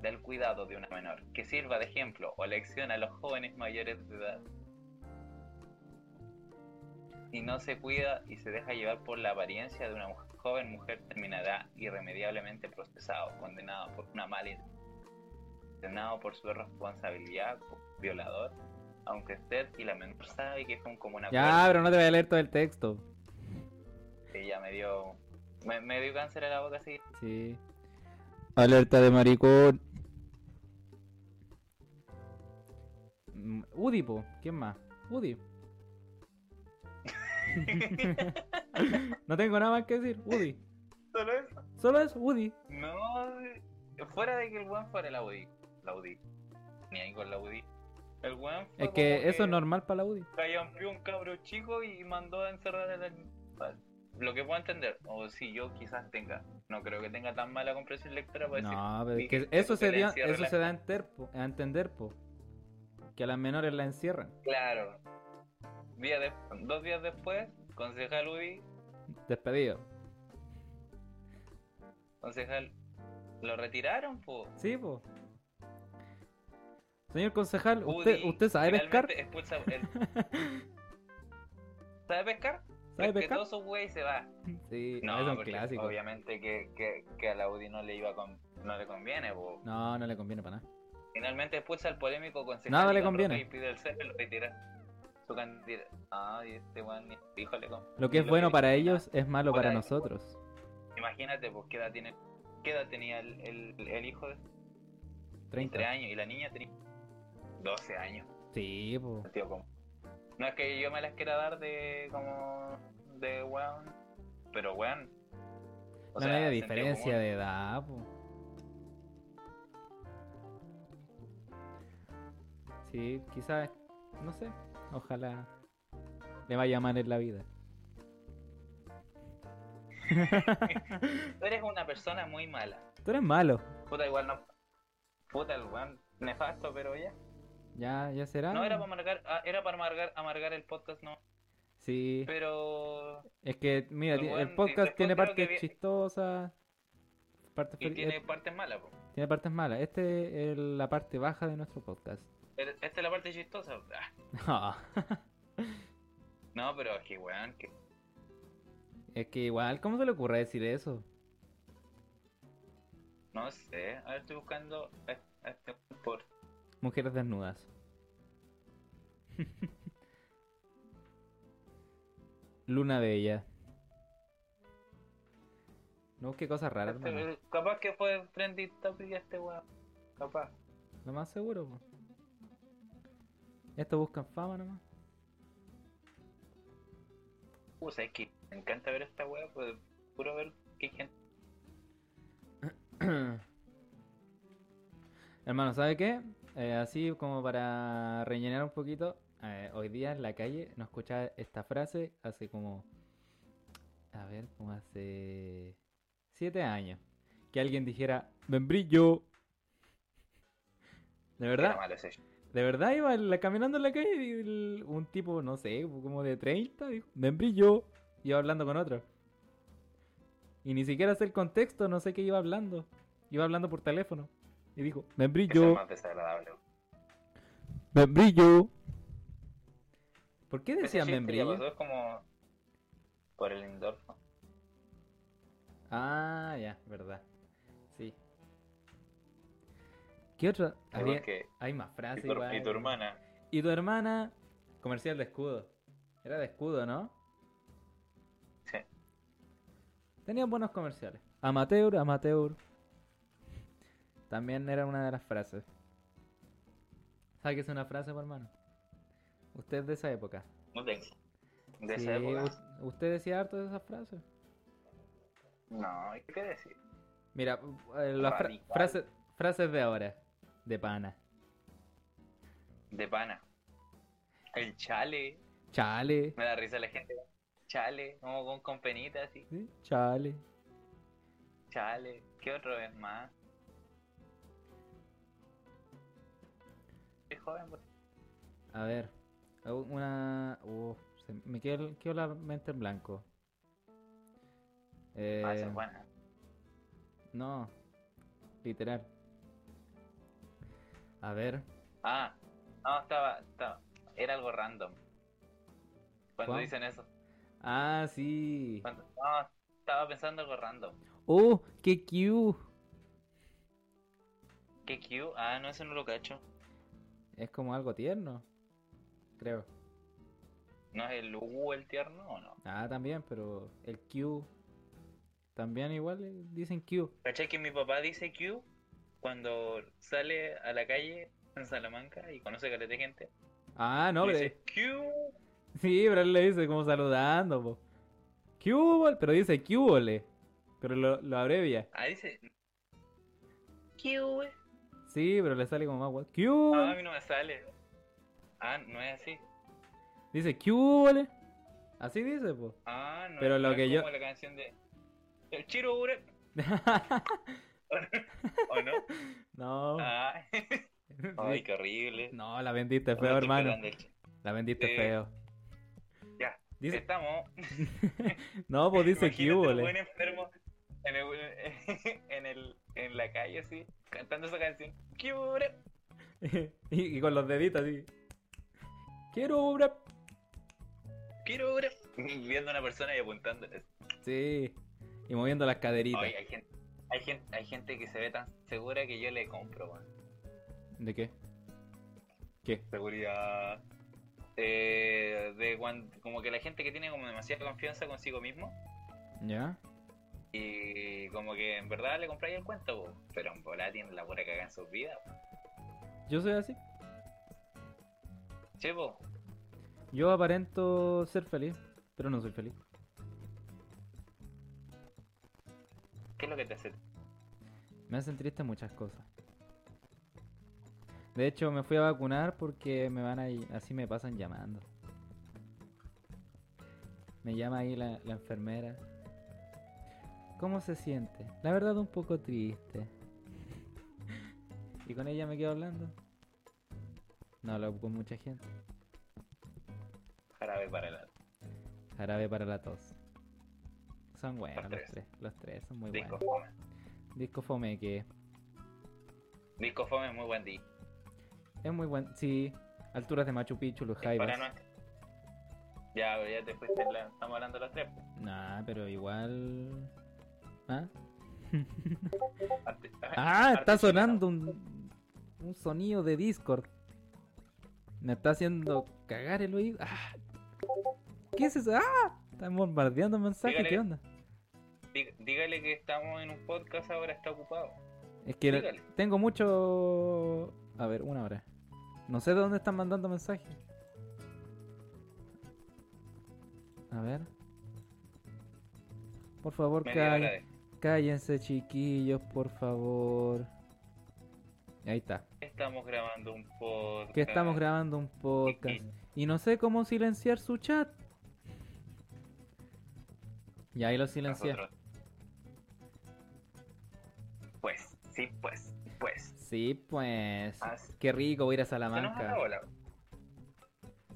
del cuidado de una menor. Que sirva de ejemplo o lección a los jóvenes mayores de edad y no se cuida y se deja llevar por la apariencia de una mujer- joven mujer terminará irremediablemente procesado, condenado por una mala idea, condenado por su responsabilidad como violador, aunque usted y la menor sabe que fue un común
Ya,
acuerdo.
pero no te voy a leer todo el texto.
Ella me dio me, me dio cáncer a la boca así.
Sí. Alerta de maricón. Mm, Udi, po. ¿Quién más? Udi. [LAUGHS] no tengo nada más que decir. Udi.
Solo eso.
Solo es Udi.
No, eh, fuera de que el weón fuera la UDI, la UDI. Ni ahí con la UDI. El weón fue
Es que
como
eso es normal para la Udi.
callampió un cabro chico y mandó a encerrar al animal. Lo que puedo entender, o si yo quizás tenga, no creo que tenga tan mala comprensión lectora para decir.
No, pero es
Pues "Sí,
que eso se,
le
dio-
encierra
eso
la-".
se da a enter- po, a entender, po. Que a las menores la encierran.
Claro. Día de- dos días después, concejal UDI,
Despedido.
concejal. Lo retiraron, po.
Sí, po. Señor concejal, ¿usted,
Udi
¿usted sabe
finalmente
pescar? [LAUGHS]
expulsa el- ¿Sabe pescar?
¿Sabe
Es que
pescar?
todo su güey se va.
Sí,
No,
es un
porque
clásico.
obviamente que, que, que a la UDI no le iba con, no le conviene, po.
No, no le conviene para nada.
Finalmente expulsa al polémico consejero.
Nada le conviene.
Y pide el cese y lo retira. Su candidata. Ah, y este weón ni hijo le conviene.
Lo que es
Lo
bueno
que-
para ellos es malo
Ahora
para
hay-
nosotros.
Imagínate, pues, ¿qué edad, tiene, qué edad tenía el, el, el hijo de 3
30.
años y la niña tenía 12 años.
Sí, po.
Tío, como. No es que yo me las quiera dar de como. de weón. Pero weón. O
Una
sea,
media
sentido
diferencia
común.
de edad, po. Sí, quizás, no sé, ojalá le vaya mal en la vida.
Tú eres una persona muy mala.
Tú eres malo.
Puta, igual no. Puta, el weón nefasto, pero ya.
Ya, ya será.
No era para amargar, ah, era para amargar, amargar el podcast, no.
Sí,
Pero
es que, mira,
el
ti-
weón-
el
y
podcast
después
tiene
creo que
partes
vi-
chistosas, partes
y
fel-
tiene
eh,
partes malas. po.
tiene partes malas. Este es la parte baja de nuestro [LAUGHS] podcast.
Pero Esta es la parte chistosa. Ah, No, pero es que weón, que
Es que igual, ¿cómo se le ocurre decir eso?
no sé. A ver, estoy buscando a- a este weón por
Mujeres desnudas. [LAUGHS] Luna Bella. No, qué cosa rara,
este-
hermano.
capaz que fue trendy topic este weón. Capaz.
Lo más seguro, po. Esto buscan fama nomás.
Uh, sabes que me encanta ver esta weá, pues puro ver que gente.
[CLEARS THROAT] Hermano, ¿sabe qué? Eh, así como para rellenar un poquito, eh, hoy día en la calle no escuchaba esta frase hace como, a ver, como hace siete años, que alguien dijera, membrillo. [LAUGHS] De
Era
verdad,
malo ese show.
de verdad iba en la- caminando en la calle y el- un tipo, no sé, como de 30, dijo, membrillo, iba hablando con otro. Y ni siquiera sé el contexto, no sé qué iba hablando. Iba hablando por teléfono. Y dijo,
Ese es
membrillo.
más desagradable.
Membrillo. ¿Por qué
Ese
decían
chiste ya pasó,
membrillo?
Es como por el indorfo.
Ah, ya, verdad. Sí. ¿Qué otra? Había-
Porque,
Hay más frases.
y, tu,
Ah, igual.
y tu hermana.
Y tu hermana. Comercial de escudo. Era de escudo, ¿no?
Sí.
Tenían buenos comerciales. Amateur, amateur. También era una de las frases. ¿Sabe qué es una frase, por hermano? Usted es de esa época.
No tengo. De
Sí,
esa época.
u- ¿Usted decía harto de esas frases?
No, ¿y ¿qué decir?
Mira, eh, las fra-
Radical.
frases, frases de ahora, de pana.
De pana. El chale.
Chale.
Me da risa la gente. Chale, como con, con penita así.
¿sí? Chale.
Chale, ¿qué otra vez más? Soy joven, pues. por-
A ver. hago Una. oh, se- me quedó, el- quedó la mente en blanco. Eh,
ah, esa es buena.
no. Literal. A ver.
Ah, no, estaba, estaba. Era algo random. Cuando
¿Cuál?
dicen eso.
Ah, sí.
Cuando, no, estaba pensando algo random.
Oh, qué cute.
¿Qué Q? Ah, no, eso no lo cacho.
Es como algo tierno. Creo.
¿No es el U el tierno o no?
Ah, también, pero el Q. También igual eh, dicen Q.
¿Cachai que mi papá dice Q cuando sale a la calle en Salamanca y conoce caleta de gente?
Ah, no,
le
pero.
dice Q.
[LAUGHS] Sí, pero él le dice como saludando, po. ¿Qué hubo? Pero dice ¿qué hubo, le? Pero lo, lo abrevia.
Ah, dice. Q.
Sí, pero le sale como más guay. ¿Qué hubo?
Ah, a mí no me sale. Ah, no es así.
Dice ¿qué hubo, le? Así dice, po. [LAUGHS]
Ah, no.
Pero
es-
lo
no es
que yo-
Como la canción de. El Chiro Ure. ¿O no?
[LAUGHS] no.
Ah, [LAUGHS] ay, qué horrible.
No, la vendiste
Ay,
feo,
qué
hermano.
grande el Chiro.
La vendiste
Sí.
feo.
Ya.
Dice,
Estamos.
no,
[LAUGHS]
pues dice
Imagínate
¿qué hubo,
un
le?
buen enfermo en, el, [LAUGHS] en, el, en la calle así, cantando esa canción. ¿Qué hubo, bre?
[LAUGHS] y, y con los deditos así. Quiero una.
Quiero bre? [LAUGHS] Viendo a una persona y apuntándole.
Sí. Y moviendo las caderitas.
Oye, hay gente, hay, gente, hay gente que se ve tan segura que yo le compro, weón.
¿De qué? ¿Qué?
Seguridad. Eh, de cuan- como que la gente que tiene como demasiada confianza consigo mismo
¿Ya?
y como que en verdad le compráis el cuento, po. pero en volada tienen la pura cagada en sus vidas.
Yo soy así.
Chepo,
Yo aparento ser feliz, pero no soy feliz.
¿qué es lo que te hace?
Me hacen triste muchas cosas. De hecho, me fui a vacunar porque me van a... Así me pasan llamando. Me llama ahí la, la enfermera. ¿Cómo se siente? La verdad un poco triste. [LAUGHS] ¿Y con ella me quedo hablando? No hablo con mucha gente.
Jarabe para el alma.
Jarabe para la tos. Son buenos los
tres.
tres. Los tres son muy
Disco
buenos.
Fome.
Disco fome que
Disco Fome es muy buen disco.
es muy buen. Sí, alturas de Machu Picchu, los
Para
Jaivas.
no- Ya, pero ya te fuiste, la- estamos hablando los tres. po.
Nah, pero igual. ¿Ah?
Arte-
Ah,
arte
está
chileno.
sonando un, un sonido de Discord. Me está haciendo cagar el oído. Ah. ¿Qué es eso? ¡Ah! Están bombardeando mensajes.
Dígale.
¿Qué onda?
Dí- Dígale que estamos en un podcast ahora, está ocupado.
Es que
Dígale.
tengo mucho. A ver, una hora. No sé de dónde están mandando mensajes. A ver. Por favor,
Media hora
call-
de-
cállense, chiquillos, por favor. Ahí está.
Estamos grabando un podcast.
Que estamos grabando un podcast. Y no sé cómo silenciar su chat. Y ahí lo silencié.
Nosotros. Pues, sí, pues, pues.
Sí, pues.
Ah, sí.
Qué rico voy a ir a
Se nos
Salamanca.
acabó la...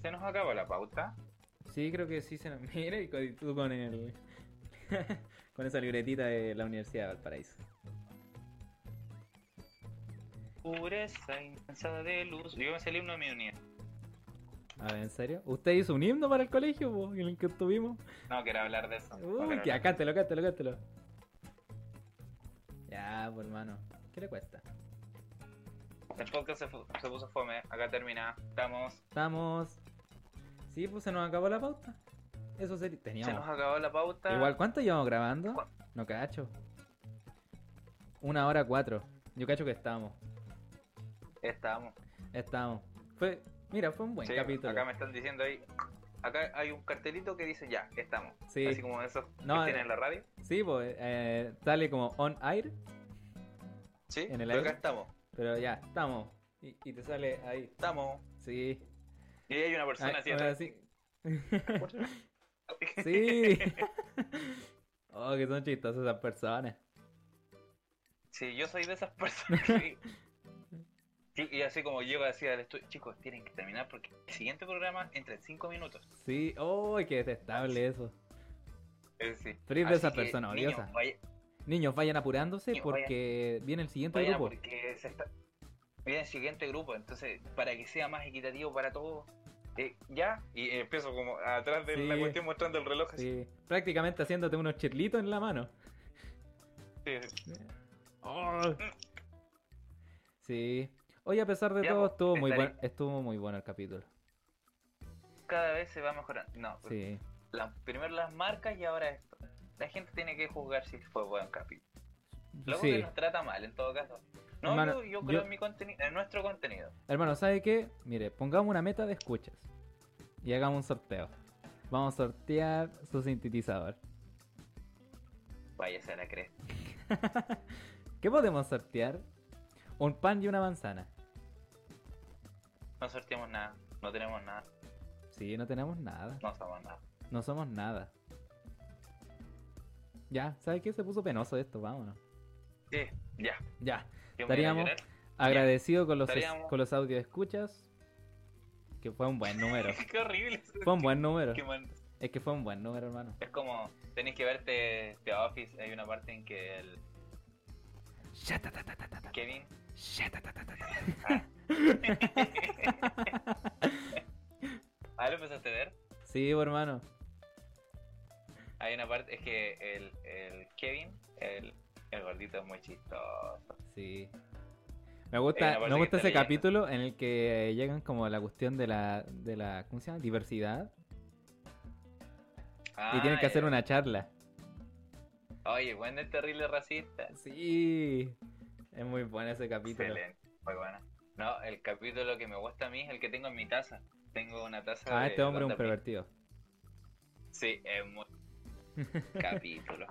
Se nos acabó la pauta.
Sí, creo que sí se nos [LAUGHS] mira y con- y tú con el [LAUGHS] con esa libretita de la Universidad de Valparaíso.
Pureza intensa de luz. Yo me salí uno de mi unidad.
A ver, ¿en serio? ¿Usted hizo un himno para el colegio, po, en el que estuvimos?
No, quiero hablar de eso. No
Uy,
quiero
ya,
hablar.
cántelo, cántelo, cántelo. Ya, pues hermano. ¿Qué le cuesta?
El podcast se, fu- se puso fome. Acá termina. Estamos.
Estamos. Sí, pues se nos acabó la pauta. Eso sería.
Se nos
Teníamos.
acabó la pauta.
Igual, ¿cuánto llevamos grabando?
Cu-
No cacho. Una hora cuatro. Yo cacho que estamos.
Estamos.
Estamos. Fue. Mira, fue un buen
Sí,
capítulo.
Acá me están diciendo ahí. Acá hay un cartelito que dice ya, estamos.
Sí.
Así como esos
No,
que
eh.
tienen en la radio.
Sí, pues eh, sale como on air,
Sí,
En el
pero
aire.
acá estamos.
pero ya, estamos. Y, y te sale ahí.
Estamos.
Sí.
Y ahí hay una persona
Ahí,
así
Ah, ahora
atrás.
sí. [LAUGHS] Sí. oh, que son chistosas esas personas.
Sí, yo soy de esas personas.
[LAUGHS]
que- Sí, y así como llego así al estudio, chicos, tienen que terminar porque el siguiente programa entra en 5 minutos.
Sí, oh, qué detestable eso.
Es decir,
Feliz de
así
esa
que,
persona
niños,
odiosa.
vaya-
Niños, vayan apurándose
Niños, vayan-
porque viene el siguiente
Vaya,
grupo.
porque se está... viene el siguiente grupo, entonces para que sea más equitativo para todos, eh, ya, y empiezo como atrás de la
Sí.
cuestión mostrando el reloj. así.
Sí, prácticamente haciéndote unos chirlitos en la mano.
Sí.
Oh. Sí. Hoy a pesar de
Ya,
todo
pues,
estuvo muy
estaré.
bueno, estuvo muy bueno el capítulo.
Cada vez se va mejorando. No,
Sí.
la- primero las marcas y ahora esto. La gente tiene que juzgar si fue buen capítulo. Luego
Sí.
que nos trata mal, en todo caso. No,
Hermano,
yo, yo creo
yo-
en, mi contenido, en nuestro contenido.
Hermano, ¿sabe qué? Mire, pongamos una meta de escuchas. Y hagamos un sorteo. Vamos a sortear su sintetizador.
Váyase a la cresta.
¿Qué podemos sortear? Un pan y una manzana.
No sorteamos nada, no tenemos nada,
Sí, no tenemos nada.
no estamos nada.
No somos nada. Ya, ¿sabe qué? Se puso penoso esto, vámonos.
Sí, ya.
Ya.
Yo me voy a
Estaríamos-
llorar. [LAUGHS]
Agradecido con los, es-
estaríamos-
con los audio escuchas. Que fue un buen número.
Qué horrible.
Fue un buen número.
[LAUGHS] Qué mal-
Es que fue un buen número, hermano.
Es como, tenéis que verte The Office, hay una parte en que el
Shatatatatata,
Kevin
shatatatatata.
[LAUGHS] Ah, lo empezaste a ver.
Sí, pues, hermano.
Hay una parte, es que el, el Kevin, el, el gordito es muy chistoso.
Sí. Me gusta,
Eh, aparte
me
que
gusta
está
ese
leyendo.
capítulo en el que eh, llegan como a la cuestión de la, de la ¿cómo se llama? diversidad y tienen que
Ah,
hacer
eh,
una charla.
Oye, bueno, es terrible racista.
Sí, es muy bueno ese capítulo.
Excelente, muy bueno. No, el capítulo que me gusta a mí es el que tengo en mi taza. Tengo una taza
Ah,
de
este hombre es un
Wanda Pill.
pervertido.
Sí, es
[LAUGHS]
muy... capítulo.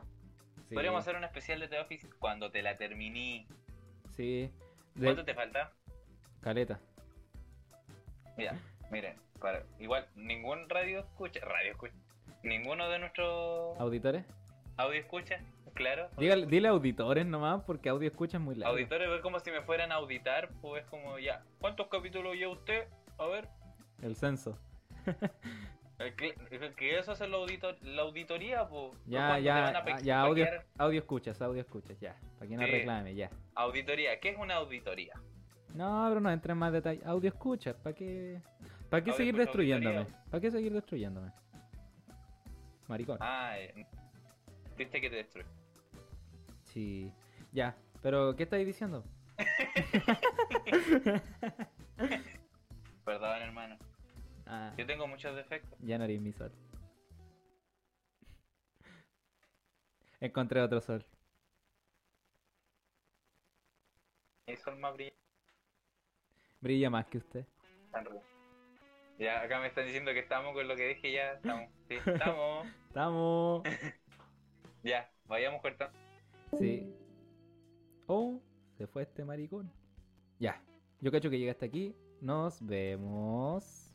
Sí,
Podríamos hacer un especial de The Office cuando te la terminé.
sí. De-
¿Cuánto te falta?
Caleta.
Mira, miren, para, igual ningún radio escucha, radio escucha, ninguno de nuestros
¿Auditores?
audio escucha, claro.
Dígale- dile auditores nomás porque audio escucha es muy largo.
Auditores, es como si me fueran a auditar, pues como ya, ¿cuántos capítulos lleva usted? A ver,
El censo.
eh, que, que eso es la, audito- la auditoría, pues.
Ya,
¿Cuándo te
ya,
van a pe-
ah, ya, audio,
paquear?
audio escuchas, audio escuchas, ya. Para que no
Sí.
reclame, ya.
Auditoría, ¿qué es una auditoría?
No, pero no entra en más detalle. Audio escuchas, ¿para qué? ¿Para qué
Audio
seguir
escuchas,
destruyéndome?
auditoría.
¿Para qué seguir destruyéndome? Maricón.
Ah, eh, viste que te destruye.
Sí. Ya, pero ¿qué estáis diciendo?
Perdón, hermano.
Ah,
Yo tengo muchos defectos.
ya no eres mi sol. Encontré otro sol.
Mi sol más brillante.
Brilla más que usted.
Tan raro. Ya, acá me están diciendo que estamos con lo que dije, ya estamos. Sí, estamos.
Estamos.
ya, vayamos cortando.
Sí. Oh, se fue este maricón. Ya. Yo cacho que llega hasta aquí. Nos vemos.